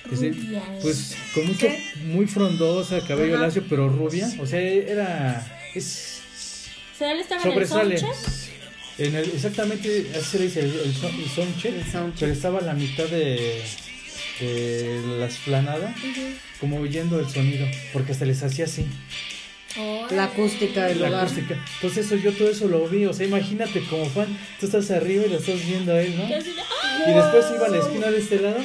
Speaker 2: pues, eh,
Speaker 1: Rubia.
Speaker 2: pues con mucho,
Speaker 3: ¿Qué?
Speaker 2: muy frondosa, cabello
Speaker 3: Ajá.
Speaker 2: lacio, pero rubia. O sea, era... Es,
Speaker 1: O sea, él estaba
Speaker 2: sobresale.
Speaker 1: en el soundcheck.
Speaker 2: En el- exactamente, así se le dice el, el, son- el soundcheck,
Speaker 3: El soundcheck.
Speaker 2: pero estaba a la mitad de, de la esplanada, como oyendo el sonido, porque hasta les hacía así,
Speaker 1: Ujú.
Speaker 3: La acústica del
Speaker 2: la
Speaker 3: lugar.
Speaker 2: acústica. Entonces eso, yo todo eso lo vi, o sea, imagínate como fan, tú estás arriba y lo estás viendo a él, ¿no?
Speaker 1: Yo así de, ¡ah!
Speaker 2: Y después iba a la esquina de este lado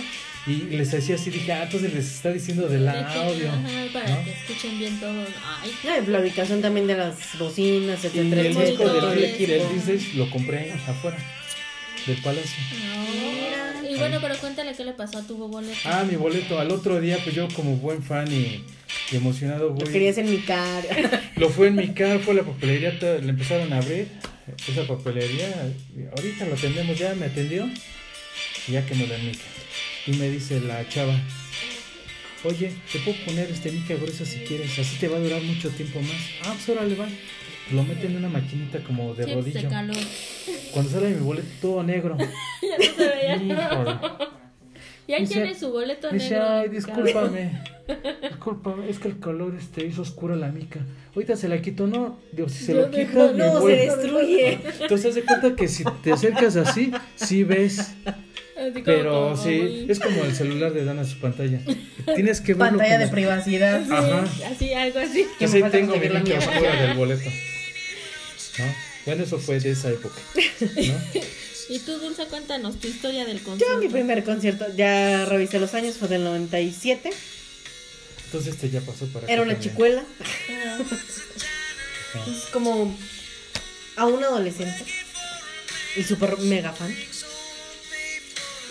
Speaker 2: y les hacía así, dije, ah, entonces les está diciendo del
Speaker 1: De que,
Speaker 2: audio,
Speaker 1: ajá, para
Speaker 2: ¿no?
Speaker 1: que escuchen bien todos. Ay,
Speaker 3: No, y la ubicación también de las bocinas,
Speaker 2: Y
Speaker 3: etcétera,
Speaker 2: el
Speaker 1: Entre
Speaker 2: disco
Speaker 3: etcétera.
Speaker 1: monitores.
Speaker 2: del,
Speaker 3: Todo el
Speaker 2: del,
Speaker 3: equipo.
Speaker 2: Disney lo compré afuera, del palacio.
Speaker 1: no. Y bueno, pero cuéntale qué le pasó a tu boleto.
Speaker 2: Ah, mi boleto. Al otro día, pues yo como buen fan y, y emocionado voy.
Speaker 3: Lo querías en
Speaker 2: (laughs)
Speaker 3: mi cara. (laughs)
Speaker 2: Lo fue en mi car, fue la papelería, to- la empezaron a abrir. Esa papelería, ahorita lo atendemos ya, me atendió. y Ya que me lo en mi car. Y me dice la chava, oye, te puedo poner este mica grueso si quieres, así te va a durar mucho tiempo más. Ah, pues órale, va. Lo meten en una maquinita como de
Speaker 1: Sí, pues,
Speaker 2: rodillo.
Speaker 1: de calor. (laughs)
Speaker 2: Cuando sale mi boleto todo negro.
Speaker 1: Ya no se
Speaker 2: (laughs)
Speaker 1: veía.
Speaker 2: Híjole.
Speaker 1: Ya
Speaker 2: Dice-
Speaker 1: tiene su boleto
Speaker 2: Me Dice,
Speaker 1: negro.
Speaker 2: ay,
Speaker 3: (laughs)
Speaker 2: discúlpame. Discúlpame, es que el color este hizo oscura la mica. Ahorita se la quito, no. Digo, si se
Speaker 1: No,
Speaker 2: lo
Speaker 1: deja-
Speaker 2: quitas, me
Speaker 3: No, se
Speaker 2: voy.
Speaker 3: destruye.
Speaker 2: Entonces, haz de cuenta que si te acercas así, sí
Speaker 3: (laughs)
Speaker 2: ves.
Speaker 1: (laughs) Así como-
Speaker 2: Pero
Speaker 1: como
Speaker 2: sí,
Speaker 1: muy-
Speaker 2: es como el celular de Dana su
Speaker 3: (laughs)
Speaker 2: pantalla. Tienes que verlo.
Speaker 3: Pantalla de
Speaker 2: como-
Speaker 3: privacidad.
Speaker 1: Sí,
Speaker 2: Ajá.
Speaker 1: así, algo así.
Speaker 3: que
Speaker 2: Que
Speaker 3: me
Speaker 2: sí
Speaker 3: falta
Speaker 2: tengo mi
Speaker 3: conseguir la
Speaker 2: mica
Speaker 3: mía.
Speaker 2: oscura del boleto. ¿No? Bueno, eso fue de esa época. ¿no?
Speaker 1: Y tú, Dulce, cuéntanos tu historia del concierto.
Speaker 3: Yo mi primer concierto, ya revisé los años, fue del 97.
Speaker 2: Entonces, este ya pasó para Ah,
Speaker 3: Era
Speaker 2: acá
Speaker 3: una
Speaker 2: Pues también.
Speaker 3: chicuela.
Speaker 1: Ah,
Speaker 2: Ajá.
Speaker 3: Es como a un adolescente y súper mega fan.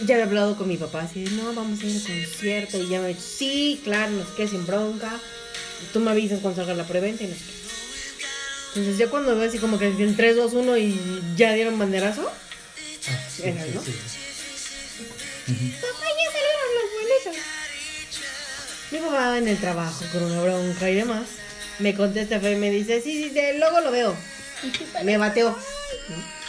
Speaker 3: Ya había hablado con mi papá así, de, no, vamos a ir al concierto. Y ya me ha dicho, sí, claro, nos quedé sin bronca. Tú me avisas cuando salga la preventa y no sé qué. Entonces yo cuando veo así como que en 3, 2, 1 y ya dieron banderazo.
Speaker 2: Ah, sí,
Speaker 3: Era,
Speaker 2: sí,
Speaker 3: ¿no?
Speaker 2: sí. Ujú.
Speaker 3: Papá, ya salieron los boletos. Mi papá en el trabajo con una bronca y demás. Me contesta fe y me dice, sí, sí, de- luego lo veo. Me bateó. ¿no?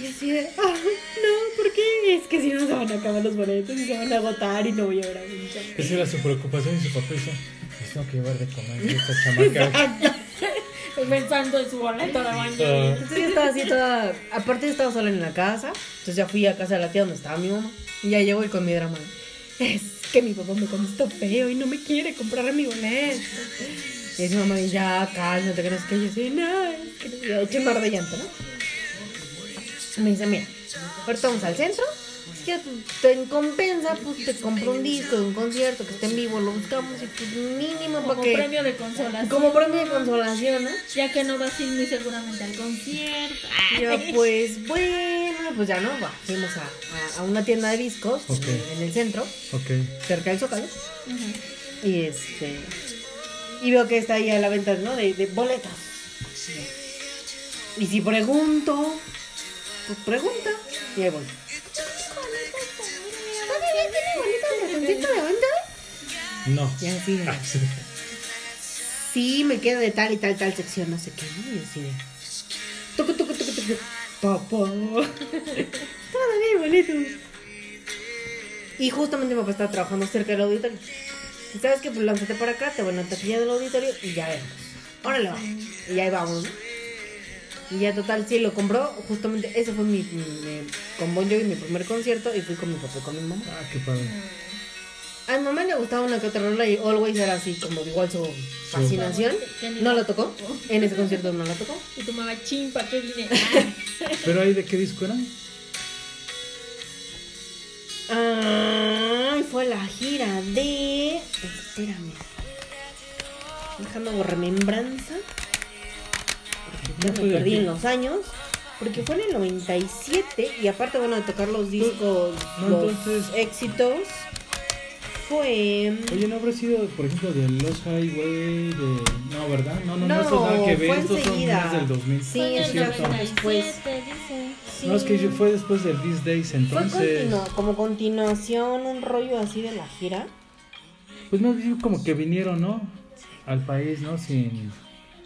Speaker 3: Y así de, "Ay, no, ¿por qué? Es que si no se van a acabar los boletos y se van a agotar y no voy a ver a mi chamaco".
Speaker 2: Esa era su preocupación y su papá dice, les tengo que llevar de comer y esta
Speaker 3: (laughs)
Speaker 2: chamaca.
Speaker 1: (laughs) Pensando en su boleto de baño.
Speaker 2: Ah.
Speaker 3: Entonces yo estaba así toda. Aparte, yo estaba sola en la casa. Entonces ya fui a casa de la tía donde estaba mi mamá. Y ya llego y con mi drama. Es que mi papá me contestó feo y no me quiere comprar mi boleto. Y dice mamá, ya cálmate, que no sé qué. Y yo así, no, es que no sé". Y eché un mar de llanto, ¿no? Y me dice, mira, ahorita vamos al centro. Es que te en compensa, pues te compro un disco de un concierto que esté en vivo, lo buscamos y pues mínimo
Speaker 1: Como
Speaker 3: para que.
Speaker 1: premio de consolación.
Speaker 3: Como premio de consolación, ¿no?
Speaker 1: Ya que no vas a ir muy seguramente al concierto. Ay.
Speaker 3: Yo, pues bueno, pues ya no, va. Fuimos a, a- a una tienda de discos
Speaker 2: Ok.
Speaker 3: en el centro,
Speaker 2: Ok.
Speaker 3: cerca del Zócalo.
Speaker 1: Ujú.
Speaker 3: Y este. Y veo que está ahí a la venta, ¿no? De, de boletas. Y si pregunto, pues pregunta. Y ahí voy.
Speaker 1: (laughs)
Speaker 3: ¿Todavía tiene boletas de concierto de banda?
Speaker 2: No.
Speaker 3: Y así
Speaker 2: (laughs)
Speaker 3: de,
Speaker 2: Ah, sí.
Speaker 3: Sí, me quedo de tal y tal, tal sección, no sé qué, ¿no? Y así de. Tucu, tucu, tucu, tucu. Papá. (laughs) Todavía bonito. Y justamente mi papá estaba trabajando cerca del auditorio. Y sabes que pues lánzate para acá, te voy a la taquilla del auditorio y ya vemos. Órale, va. Y ahí vamos, ¿no? Y ya total, sí, lo compró. Justamente ese fue mi, mi, mi- con Bon Jovi mi primer concierto y fui con mi papá y con mi mamá.
Speaker 2: Ah, qué padre.
Speaker 3: A mi mamá le gustaba una que otra rola y Always era así, como igual su fascinación.
Speaker 1: Que ni
Speaker 3: No
Speaker 1: la
Speaker 3: la tocó. (laughs) En ese concierto no la tocó. (laughs)
Speaker 1: Y tu mamá, chimpa, ¿qué vine? Ah,
Speaker 2: ¿Pero ahí de qué disco era?
Speaker 3: Ay, fue la gira de. Espérame. Dejando hago remembranza. Porque ya me perdí en los años. Porque fue en el 97. Y aparte van a tocar los discos.
Speaker 2: No,
Speaker 3: los
Speaker 2: entonces-
Speaker 3: éxitos. Fue.
Speaker 2: Oye, ¿no habrá sido, por ejemplo, de Los Highway? De... No, ¿verdad? No, no, no,
Speaker 3: No,
Speaker 2: esto nada que ver.
Speaker 3: fue
Speaker 2: Estos son
Speaker 3: enseguida.
Speaker 2: más del 2000.
Speaker 3: Sí,
Speaker 1: Fue en
Speaker 2: es
Speaker 1: el
Speaker 2: cierto.
Speaker 1: 97, dice.
Speaker 2: No, es que yo- fue después del These Days,
Speaker 3: Fue
Speaker 2: entonces.
Speaker 3: continuo, como continuación, un rollo así de la gira.
Speaker 2: Pues más bien como que vinieron, ¿no? Al país, ¿no? Sin,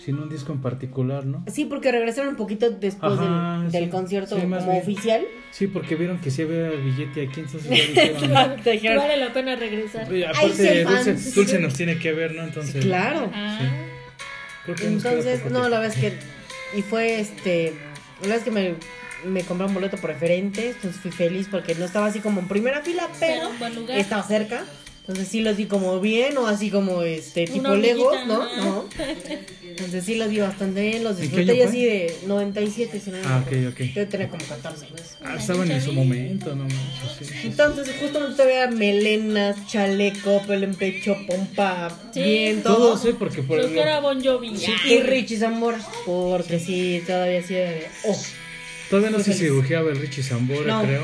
Speaker 2: sin un disco en particular, ¿no?
Speaker 3: Sí, porque regresaron un poquito después
Speaker 2: Ajá,
Speaker 3: del, del
Speaker 2: sí.
Speaker 3: concierto
Speaker 2: Sí, más
Speaker 3: como
Speaker 2: bien. (laughs)
Speaker 3: oficial.
Speaker 2: Sí, porque vieron que sí había billete aquí,
Speaker 3: (laughs)
Speaker 2: entonces ya dijeron.
Speaker 1: Vale la pena regresar.
Speaker 2: Oye,
Speaker 3: soy
Speaker 2: Aparte,
Speaker 3: fan.
Speaker 2: Dulce, Dulce nos tiene que ver, ¿no? Entonces.
Speaker 3: Claro.
Speaker 1: Ah,
Speaker 2: creo que nos queda
Speaker 3: Entonces,
Speaker 2: poco
Speaker 3: no, la
Speaker 2: tiempo.
Speaker 3: verdad es que. Y fue este. La verdad es que me, me compré un boleto preferente. Entonces fui feliz porque no estaba así como en primera fila, pero
Speaker 1: pero en buen lugar.
Speaker 3: estaba cerca. Entonces sí los vi como bien o así como este tipo
Speaker 1: hormiguita,
Speaker 3: lejos, ¿no?
Speaker 1: ajá.
Speaker 3: ¿no? Entonces sí los vi bastante bien, los
Speaker 2: ¿En qué año
Speaker 3: disfruté y
Speaker 2: fue?
Speaker 3: así de 97, si no me
Speaker 2: Ah, ok,
Speaker 3: equivoco.
Speaker 2: ok.
Speaker 3: Yo tenía como pues. 14 años.
Speaker 2: Ah, estaban en su momento, ¿no? manches, sí, sí, sí.
Speaker 3: Entonces, justamente todavía melenas, chaleco, pelo en pecho, pompa,
Speaker 1: Sí.
Speaker 3: bien, todo.
Speaker 2: Todo sé porque por
Speaker 1: Creo que era Bon Jovi.
Speaker 3: Y Richie Zamora, porque sí, todavía sí era de. Oh,
Speaker 2: Todavía no se
Speaker 3: Híjoles.
Speaker 2: cirugiaba el Richie Zambora,
Speaker 3: No.
Speaker 2: creo.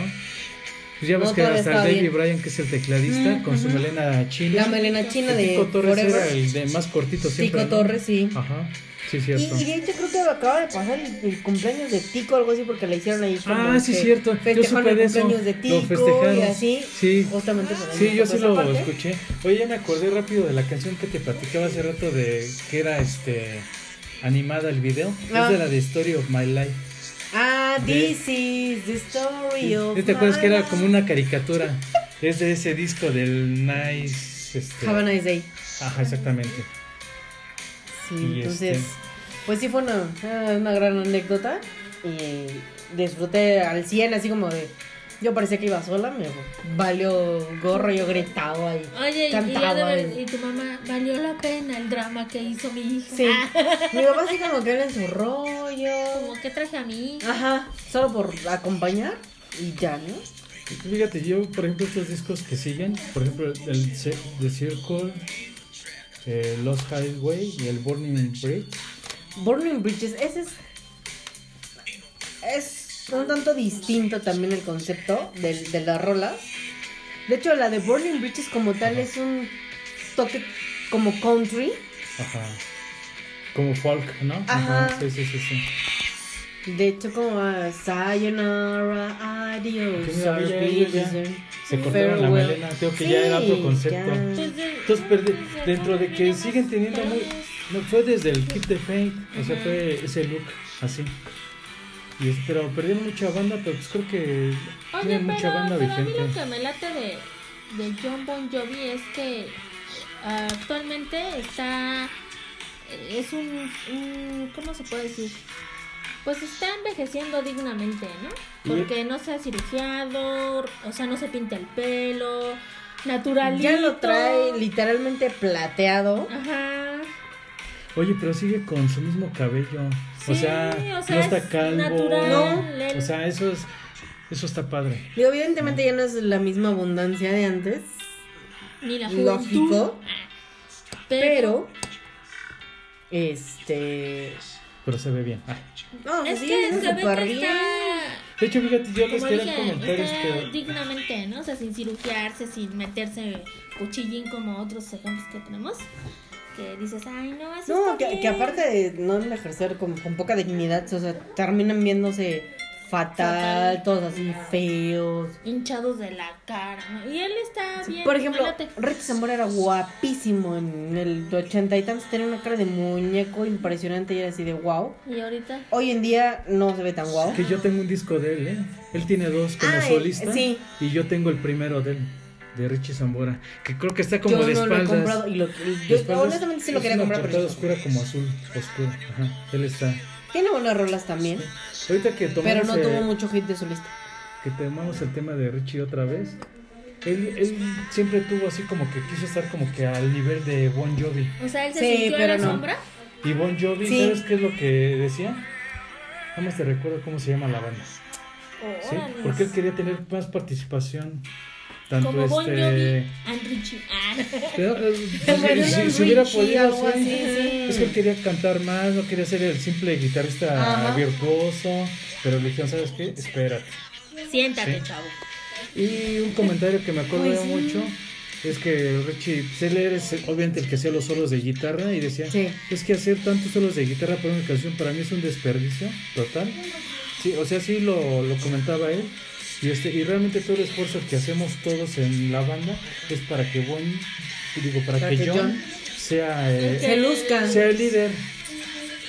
Speaker 2: Pues ya ves
Speaker 3: No,
Speaker 2: que
Speaker 3: todavía
Speaker 2: hasta
Speaker 3: estaba
Speaker 2: David
Speaker 3: bien. Mm,
Speaker 2: Bryan, que es el tecladista, con su melena china.
Speaker 3: la melena china
Speaker 2: El
Speaker 3: de
Speaker 2: Tico Torres era
Speaker 3: Forever.
Speaker 2: el de más cortito siempre.
Speaker 3: Tico
Speaker 2: ¿no?
Speaker 3: Torres, sí.
Speaker 2: Ajá, sí,
Speaker 3: Y,
Speaker 2: cierto.
Speaker 3: y de hecho creo que acaba de pasar el, el cumpleaños de Tico o algo así porque le hicieron ahí como
Speaker 2: Ah, sí,
Speaker 3: que
Speaker 2: cierto. Yo
Speaker 3: festejaron
Speaker 2: supe
Speaker 3: el
Speaker 2: de eso.
Speaker 3: cumpleaños de
Speaker 2: Lo
Speaker 3: Tico
Speaker 2: festejaron.
Speaker 3: y así pues
Speaker 2: Sí.
Speaker 3: justamente por ahí
Speaker 2: Sí, yo
Speaker 3: tocó
Speaker 2: sí
Speaker 3: esa
Speaker 2: lo
Speaker 3: parte.
Speaker 2: escuché. Oye, ya me acordé rápido de la canción que te platicaba hace rato de que era este animada el video.
Speaker 3: Ah.
Speaker 2: Es de la de Story of My Life.
Speaker 3: ah
Speaker 2: de-
Speaker 3: this is the story of
Speaker 2: ¿No te acuerdas
Speaker 3: my
Speaker 2: que era
Speaker 3: life?
Speaker 2: como una caricatura? Es de ese disco del Nice. Este...
Speaker 3: Have a nice day
Speaker 2: Ajá, exactamente.
Speaker 3: Sí,
Speaker 2: Y
Speaker 3: entonces,
Speaker 2: este-
Speaker 3: pues sí fue una, ah, una gran anécdota y disfruté al 100, así como de, yo parecía que iba sola, me valió gorro, yo gritaba y
Speaker 1: Oye, y- y, ya
Speaker 3: cantaba.
Speaker 1: debe-
Speaker 3: y-
Speaker 1: y tu mamá, valió la pena el drama que hizo mi hija. Ah,
Speaker 3: Sí, (laughs) mi papá así como que era en su rollo,
Speaker 1: Como que traje a mí.
Speaker 3: ajá, solo por acompañar y ya, ¿no?
Speaker 2: Fíjate, yo, por ejemplo, estos discos que siguen, por ejemplo, el C- The Circle, eh, Lost Highway y el Burning Bridge.
Speaker 3: Burning Bridges, ese es, es un tanto distinto también el concepto del- de, las rolas. De hecho, la de Burning Bridges como tal
Speaker 2: Ajá.
Speaker 3: es un toque como country.
Speaker 2: Ajá. Como folk, ¿no?
Speaker 3: Ajá.
Speaker 2: Sí, sí, sí, sí.
Speaker 3: De hecho, como a Sayonara, adiós,
Speaker 2: Sí, mira,
Speaker 3: our
Speaker 2: ya, ya, ya.
Speaker 3: pleasure,
Speaker 2: Se cortaron la
Speaker 3: farewell.
Speaker 2: melena, creo que ya era
Speaker 3: Sí,
Speaker 2: otro concepto.
Speaker 3: ya.
Speaker 1: Pues
Speaker 2: Entonces, perde- dentro de que siguen teniendo muy. No, fue desde el Keep the Faint, o sea, fue ese look así. Y es- pero perdieron mucha banda, pero pues creo que
Speaker 1: Oye,
Speaker 2: tienen
Speaker 1: pero,
Speaker 2: mucha banda
Speaker 1: pero a mí
Speaker 2: vigente.
Speaker 1: lo que me late de, de John Bon Jovi es que ah, actualmente está. Es un, un- ¿Cómo se puede decir? Pues está envejeciendo dignamente, ¿no?
Speaker 2: Y-
Speaker 1: Porque no se ha cirugiado, o sea, no se pinta el pelo, naturalito.
Speaker 3: Ya lo trae literalmente plateado.
Speaker 1: Ajá.
Speaker 2: Oye, pero sigue con su mismo cabello. o,
Speaker 1: Sí,
Speaker 2: sea,
Speaker 1: o sea,
Speaker 2: no está
Speaker 1: es
Speaker 2: calvo.
Speaker 1: natural,
Speaker 2: No.
Speaker 1: él-
Speaker 2: O sea, eso es, eso está padre.
Speaker 3: Digo, evidentemente ya no es la misma abundancia de antes,
Speaker 1: Ni la juventud.
Speaker 3: lógico,
Speaker 1: Pero.
Speaker 3: pero este
Speaker 2: Pero se ve bien. Ah.
Speaker 3: No,
Speaker 1: es
Speaker 3: sí,
Speaker 1: que
Speaker 3: es
Speaker 1: se ve
Speaker 3: súper
Speaker 1: que
Speaker 3: bien.
Speaker 1: está.
Speaker 2: De hecho, fíjate, yo les
Speaker 1: Como
Speaker 2: quería
Speaker 1: dije,
Speaker 2: comentar
Speaker 1: está
Speaker 2: este.
Speaker 1: dignamente, ¿no? O sea, sin cirugiarse, sin meterse cuchillín como otros ejemplos que tenemos. Que dices, ay, no, eso
Speaker 3: No,
Speaker 1: está
Speaker 3: que,
Speaker 1: bien".
Speaker 3: que aparte de no ejercer con, con poca dignidad, o sea, terminan viéndose fatal,
Speaker 1: Fatal.
Speaker 3: todos así feos.
Speaker 1: Hinchados de la cara, ¿no? Y él está bien.
Speaker 3: Por ejemplo,
Speaker 1: adelante.
Speaker 3: Ricky Zamora era guapísimo en el ochenta y tantos, tenía una cara de muñeco impresionante y era así de wow.
Speaker 1: Y ahorita.
Speaker 3: Hoy en día no se ve tan guau.
Speaker 2: Que yo tengo un disco de él, ¿eh? Él tiene dos como
Speaker 3: Ah, eh,
Speaker 2: solista.
Speaker 3: sí.
Speaker 2: Y yo tengo el primero de él, de Richie Zambora. Que creo que está como
Speaker 3: Yo
Speaker 2: de
Speaker 3: no lo he
Speaker 2: espaldas.
Speaker 3: comprado y lo y-
Speaker 2: De
Speaker 3: yo
Speaker 2: espaldas.
Speaker 3: honestamente sí lo
Speaker 2: Es
Speaker 3: quería
Speaker 2: una
Speaker 3: comprar,
Speaker 2: portada
Speaker 3: pero
Speaker 2: oscura como azul, oscuro. Ajá. Él está.
Speaker 3: tiene buenas rolas también,
Speaker 2: Ahorita que tomamos
Speaker 3: pero no
Speaker 2: eh,
Speaker 3: tuvo mucho hit de solista.
Speaker 2: que tomamos el tema de Richie otra vez. Él, él siempre tuvo así como que quiso estar como que al nivel de Bon Jovi.
Speaker 1: O sea, él se
Speaker 3: Sí,
Speaker 1: sintió en
Speaker 3: pero
Speaker 1: la
Speaker 3: no.
Speaker 1: sombra.
Speaker 2: Y Bon Jovi,
Speaker 3: Sí.
Speaker 2: ¿sabes qué es lo que decía? Nada más te recuerdo cómo se llama la banda. ¿sí?
Speaker 1: Órale.
Speaker 2: Porque él quería tener más participación. Tanto
Speaker 1: Como Bon Jovi
Speaker 2: este.
Speaker 1: and Richie. Ah,
Speaker 2: pero,
Speaker 3: (laughs)
Speaker 2: eh,
Speaker 3: Como
Speaker 2: si- si,
Speaker 3: Lionel
Speaker 2: si hubiera
Speaker 3: Richie,
Speaker 2: podido,
Speaker 3: algo
Speaker 2: sí.
Speaker 3: así, sí.
Speaker 2: Es que él quería cantar más, no quería ser el simple guitarrista
Speaker 3: Ajá.
Speaker 2: virtuoso. Pero le dijeron, ¿sabes qué? Espérate.
Speaker 1: Siéntate,
Speaker 2: Sí.
Speaker 1: chavo.
Speaker 2: Y un comentario que me acuerdo
Speaker 3: Ay, Pues sí.
Speaker 2: mucho es que Richie Seller es obviamente el que hacía los solos de guitarra y decía,
Speaker 3: Sí.
Speaker 2: es que hacer tantos solos de guitarra para una canción para mí es un desperdicio total. Sí, o sea, sí lo, lo comentaba él. Y, este, y realmente todo el esfuerzo que hacemos todos en la banda es para que Bon, digo, para,
Speaker 3: Para
Speaker 2: que,
Speaker 3: que
Speaker 2: John,
Speaker 3: John
Speaker 2: sea, eh,
Speaker 3: Se luzcan.
Speaker 2: sea el líder.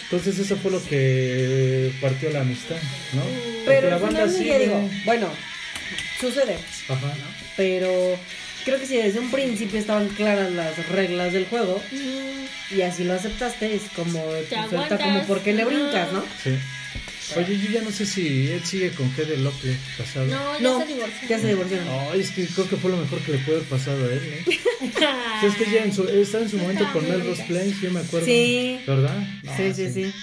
Speaker 2: Entonces eso fue lo que partió la amistad, ¿no? Porque
Speaker 3: Pero
Speaker 2: la
Speaker 3: al final del día
Speaker 2: sigue-
Speaker 3: digo, bueno, sucede.
Speaker 2: Ajá.
Speaker 3: Pero creo que si desde un principio estaban claras las reglas del juego
Speaker 1: Mm,
Speaker 3: y así lo aceptaste, es como, pues, ahorita
Speaker 1: aguantas.
Speaker 3: como porque le
Speaker 1: Ajá.
Speaker 3: brincas, ¿no?
Speaker 2: Sí. Oye, yo ya no sé si él sigue con G de López casado.
Speaker 1: No, ya
Speaker 3: No,
Speaker 1: se divorció. (laughs)
Speaker 3: ya se divorciaron.
Speaker 2: Ay, es que creo que fue lo mejor que le pudo haber pasado a él, ¿eh? O sea, es que ya en su, está en su momento con Melrose Place, yo me acuerdo.
Speaker 3: Sí.
Speaker 2: ¿Verdad?
Speaker 3: sí,
Speaker 2: Ah,
Speaker 3: sí, sí.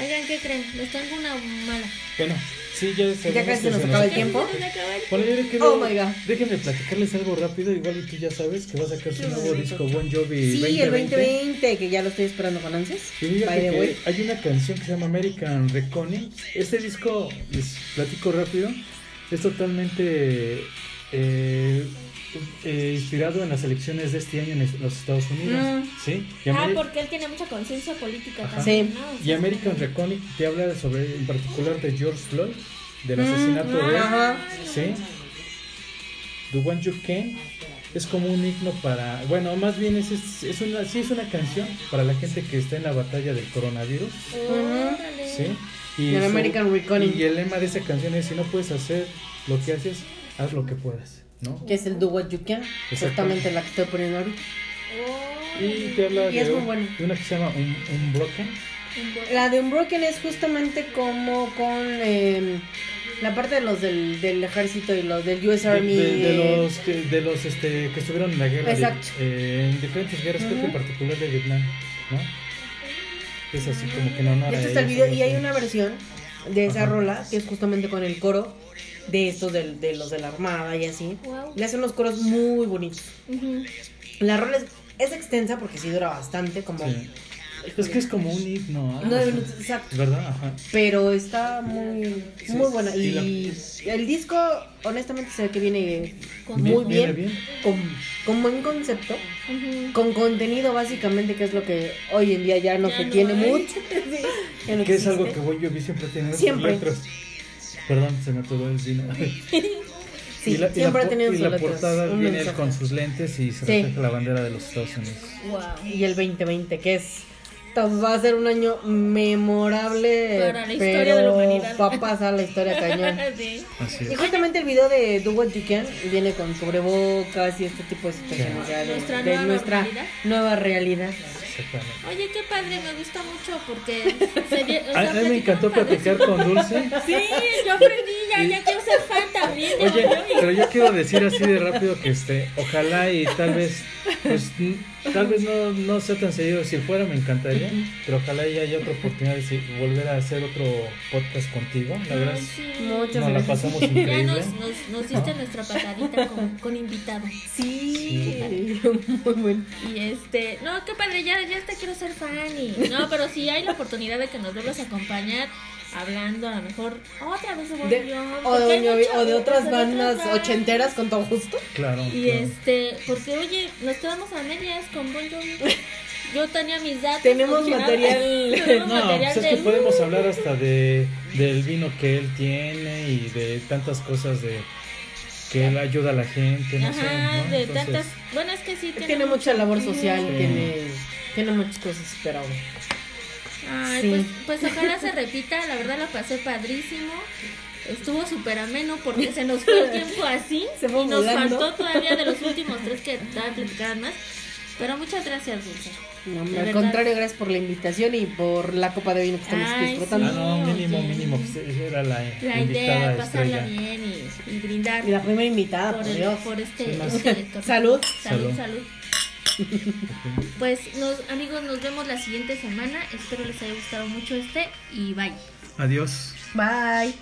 Speaker 1: Oigan, ¿qué creen? Les tengo una mala.
Speaker 2: Bueno, sí, ya sabemos
Speaker 3: casi se
Speaker 2: que
Speaker 3: nos acaba el
Speaker 1: ¿Qué
Speaker 3: tiempo.
Speaker 1: se les acaba el-
Speaker 2: Bueno, yo creo que
Speaker 3: Oh
Speaker 2: veo-
Speaker 3: my God.
Speaker 2: Déjenme platicarles algo rápido, igual y tú ya sabes que va a sacar su nuevo disco Bon Jovi
Speaker 3: Sí, el
Speaker 2: 2020.
Speaker 3: 2020, que ya lo estoy esperando con ansias.
Speaker 2: Y
Speaker 3: By
Speaker 2: fíjate
Speaker 3: the
Speaker 2: que
Speaker 3: way.
Speaker 2: hay una canción que se llama American Reconing. Este disco, les platico rápido, es totalmente eh, eh, inspirado en las elecciones de este año en es- los Estados Unidos.
Speaker 3: Mm.
Speaker 2: ¿sí? Y,
Speaker 1: Ah,
Speaker 2: Ameri-
Speaker 1: porque él tiene mucha conciencia política
Speaker 2: Ajá.
Speaker 1: también.
Speaker 3: Sí.
Speaker 1: ¿no? O sea,
Speaker 2: y American Reconing te habla sobre, en particular, de George Floyd, del
Speaker 3: Mm,
Speaker 2: asesinato de él.
Speaker 3: Ajá.
Speaker 2: ¿sí? The One You Can es como un himno para, bueno, más bien es, es, es una, sí es una canción para la gente que está en la batalla del coronavirus,
Speaker 1: Órale.
Speaker 2: ¿sí? Y,
Speaker 3: El
Speaker 2: su-
Speaker 3: American Reconing.
Speaker 2: y el lema de esa canción es, si no puedes hacer lo que haces, haz lo que puedas, ¿no?
Speaker 3: Que es el Do What You Can. Exactamente la que estoy poniendo ahorita.
Speaker 2: Y te habla
Speaker 3: Y es
Speaker 2: de,
Speaker 3: muy
Speaker 2: un-
Speaker 3: bueno.
Speaker 2: de una que se llama Un, un Broken.
Speaker 3: La de Unbroken es justamente como con eh, la parte de los del, del ejército y los del US
Speaker 2: De,
Speaker 3: Army.
Speaker 2: de- de
Speaker 3: eh,
Speaker 2: los, que, de los este, que estuvieron en la guerra, de-
Speaker 3: Exacto.
Speaker 2: eh, en diferentes guerras, creo que en
Speaker 3: Ujú.
Speaker 2: particular de Vietnam, ¿no? Es así como que no, no.
Speaker 3: de hecho este está el video y hay una versión de esa
Speaker 2: Ajá.
Speaker 3: rola que es justamente con el coro de estos del- de, los de la armada y así.
Speaker 1: Wow.
Speaker 3: Le hacen unos coros muy bonitos.
Speaker 1: Ujú.
Speaker 3: La rola es, es extensa porque sí dura bastante, como
Speaker 2: Sí. Es que es como un himno. algo
Speaker 3: nueve
Speaker 2: así.
Speaker 3: minutos exacto.
Speaker 2: ¿Verdad? Ajá.
Speaker 3: Pero está muy,
Speaker 2: Sí.
Speaker 3: muy buena.
Speaker 2: Y la-
Speaker 3: Y el disco, honestamente, se ve que viene
Speaker 1: Con-
Speaker 3: muy
Speaker 1: (laughs)
Speaker 2: viene
Speaker 3: bien, con, con buen concepto.
Speaker 1: Ujú.
Speaker 3: con contenido básicamente que es lo que hoy en día ya no
Speaker 1: Ya
Speaker 3: se
Speaker 1: no
Speaker 3: tiene
Speaker 1: hay.
Speaker 3: mucho
Speaker 1: (laughs)
Speaker 3: Ya no
Speaker 2: Que es
Speaker 3: existe.
Speaker 2: algo que voy yo vi siempre tiene
Speaker 3: Siempre.
Speaker 2: letras. Perdón, se me atoró el vino.
Speaker 3: sí,
Speaker 2: (laughs) Y la- y
Speaker 3: siempre
Speaker 2: la,
Speaker 3: ha tenido
Speaker 2: por- y
Speaker 3: sus
Speaker 2: la
Speaker 3: letras,
Speaker 2: portada
Speaker 3: un
Speaker 2: viene él
Speaker 3: mensaje.
Speaker 2: con sus lentes y se
Speaker 3: Sí.
Speaker 2: refleja la bandera de los Estados Unidos.
Speaker 1: Wow.
Speaker 3: y el 2020 que es va a ser un año memorable
Speaker 1: Para la historia
Speaker 3: pero
Speaker 1: de la humanidad.
Speaker 3: va a pasar la historia
Speaker 1: (laughs)
Speaker 3: cañón
Speaker 1: Sí.
Speaker 2: Así
Speaker 3: y
Speaker 2: es.
Speaker 3: justamente el video de Do What You Can viene con cubrebocas y este tipo de situaciones ya de,
Speaker 1: Nuestra
Speaker 3: de
Speaker 1: nueva
Speaker 3: nuestra
Speaker 1: normalidad.
Speaker 3: nueva realidad
Speaker 2: Exactamente.
Speaker 1: Oye, qué padre, me gusta mucho
Speaker 2: (laughs)
Speaker 1: porque se dio- o sea,
Speaker 2: A, a mí me
Speaker 1: platicamos
Speaker 2: encantó
Speaker 1: padre.
Speaker 2: platicar con Dulce.
Speaker 1: Sí, yo aprendí, ya, ya quiero ser fan también. de
Speaker 2: Oye,
Speaker 1: Bon Jovi.
Speaker 2: pero yo quiero decir así de rápido que este, ojalá y tal vez, pues, n- tal vez no, no sea tan seguido. Si fuera, me encantaría, pero ojalá y haya otra oportunidad de si- volver a hacer otro podcast contigo. La verdad,
Speaker 1: Ay, sí.
Speaker 3: muchas
Speaker 2: nos la
Speaker 3: gracias
Speaker 2: pasamos
Speaker 1: Ya
Speaker 2: increíble.
Speaker 1: nos, nos, nos diste nuestra patadita con, con invitado.
Speaker 3: sí (laughs) muy bueno
Speaker 1: Y este, no, qué padre, ya, ya hasta quiero ser fan. Y, no, pero si hay la oportunidad de que nos vuelvas a acompañar hablando a lo mejor otra vez de Bon
Speaker 3: De-
Speaker 1: Jovi,
Speaker 3: o, de
Speaker 1: porque hay
Speaker 3: Doña Vi-
Speaker 1: muchas-
Speaker 3: o de otras
Speaker 1: otras
Speaker 3: bandas
Speaker 1: bandas.
Speaker 3: ochenteras con todo gusto.
Speaker 2: Claro.
Speaker 1: Y
Speaker 2: claro.
Speaker 1: este, porque oye, nos quedamos a medias con Bon Jovi. Yo tenía mis datos.
Speaker 3: Tenemos
Speaker 1: porque nada-
Speaker 3: material.
Speaker 1: (laughs) Tenemos
Speaker 2: No,
Speaker 1: material
Speaker 2: pues es
Speaker 1: de
Speaker 2: que podemos hablar hasta de del vino que él tiene y de tantas cosas de que él ayuda a la gente, no sé,
Speaker 1: Ajá,
Speaker 2: ¿no?
Speaker 1: de
Speaker 2: Entonces,
Speaker 1: tantas. Bueno, es que sí
Speaker 3: Tiene,
Speaker 1: tiene,
Speaker 3: mucha labor social,
Speaker 2: Sí.
Speaker 3: tiene, tiene muchas cosas, pero bueno.
Speaker 1: Ay,
Speaker 3: Sí.
Speaker 1: pues,
Speaker 3: (laughs)
Speaker 1: pues ojalá se repita, la verdad la pasé padrísimo. Estuvo súper ameno porque se nos fue el
Speaker 3: (laughs)
Speaker 1: tiempo así.
Speaker 3: Se fue
Speaker 1: y nos
Speaker 3: volando.
Speaker 1: faltó todavía de los últimos tres que estaban platicadas más. Pero muchas gracias, Dulce.
Speaker 3: no,
Speaker 1: De
Speaker 3: al
Speaker 1: verdad.
Speaker 3: contrario, gracias por la invitación y por la copa de vino que estamos
Speaker 1: Ay,
Speaker 3: disfrutando.
Speaker 2: Ah, no,
Speaker 1: Sí,
Speaker 2: mínimo,
Speaker 1: oye.
Speaker 2: mínimo, pues, ella era la,
Speaker 1: La
Speaker 2: invitada
Speaker 1: idea, pasarla
Speaker 2: estrella.
Speaker 1: bien y, y brindar
Speaker 3: Y la primera invitada,
Speaker 1: por,
Speaker 3: por
Speaker 1: el-
Speaker 3: Dios.
Speaker 1: por este,
Speaker 2: Sí, más.
Speaker 1: este lector.
Speaker 3: (laughs) Salud.
Speaker 1: Salud,
Speaker 2: Salud. (laughs)
Speaker 1: salud. Pues nos, amigos, nos vemos la siguiente semana. Espero les haya gustado mucho este y bye.
Speaker 2: Adiós.
Speaker 3: Bye.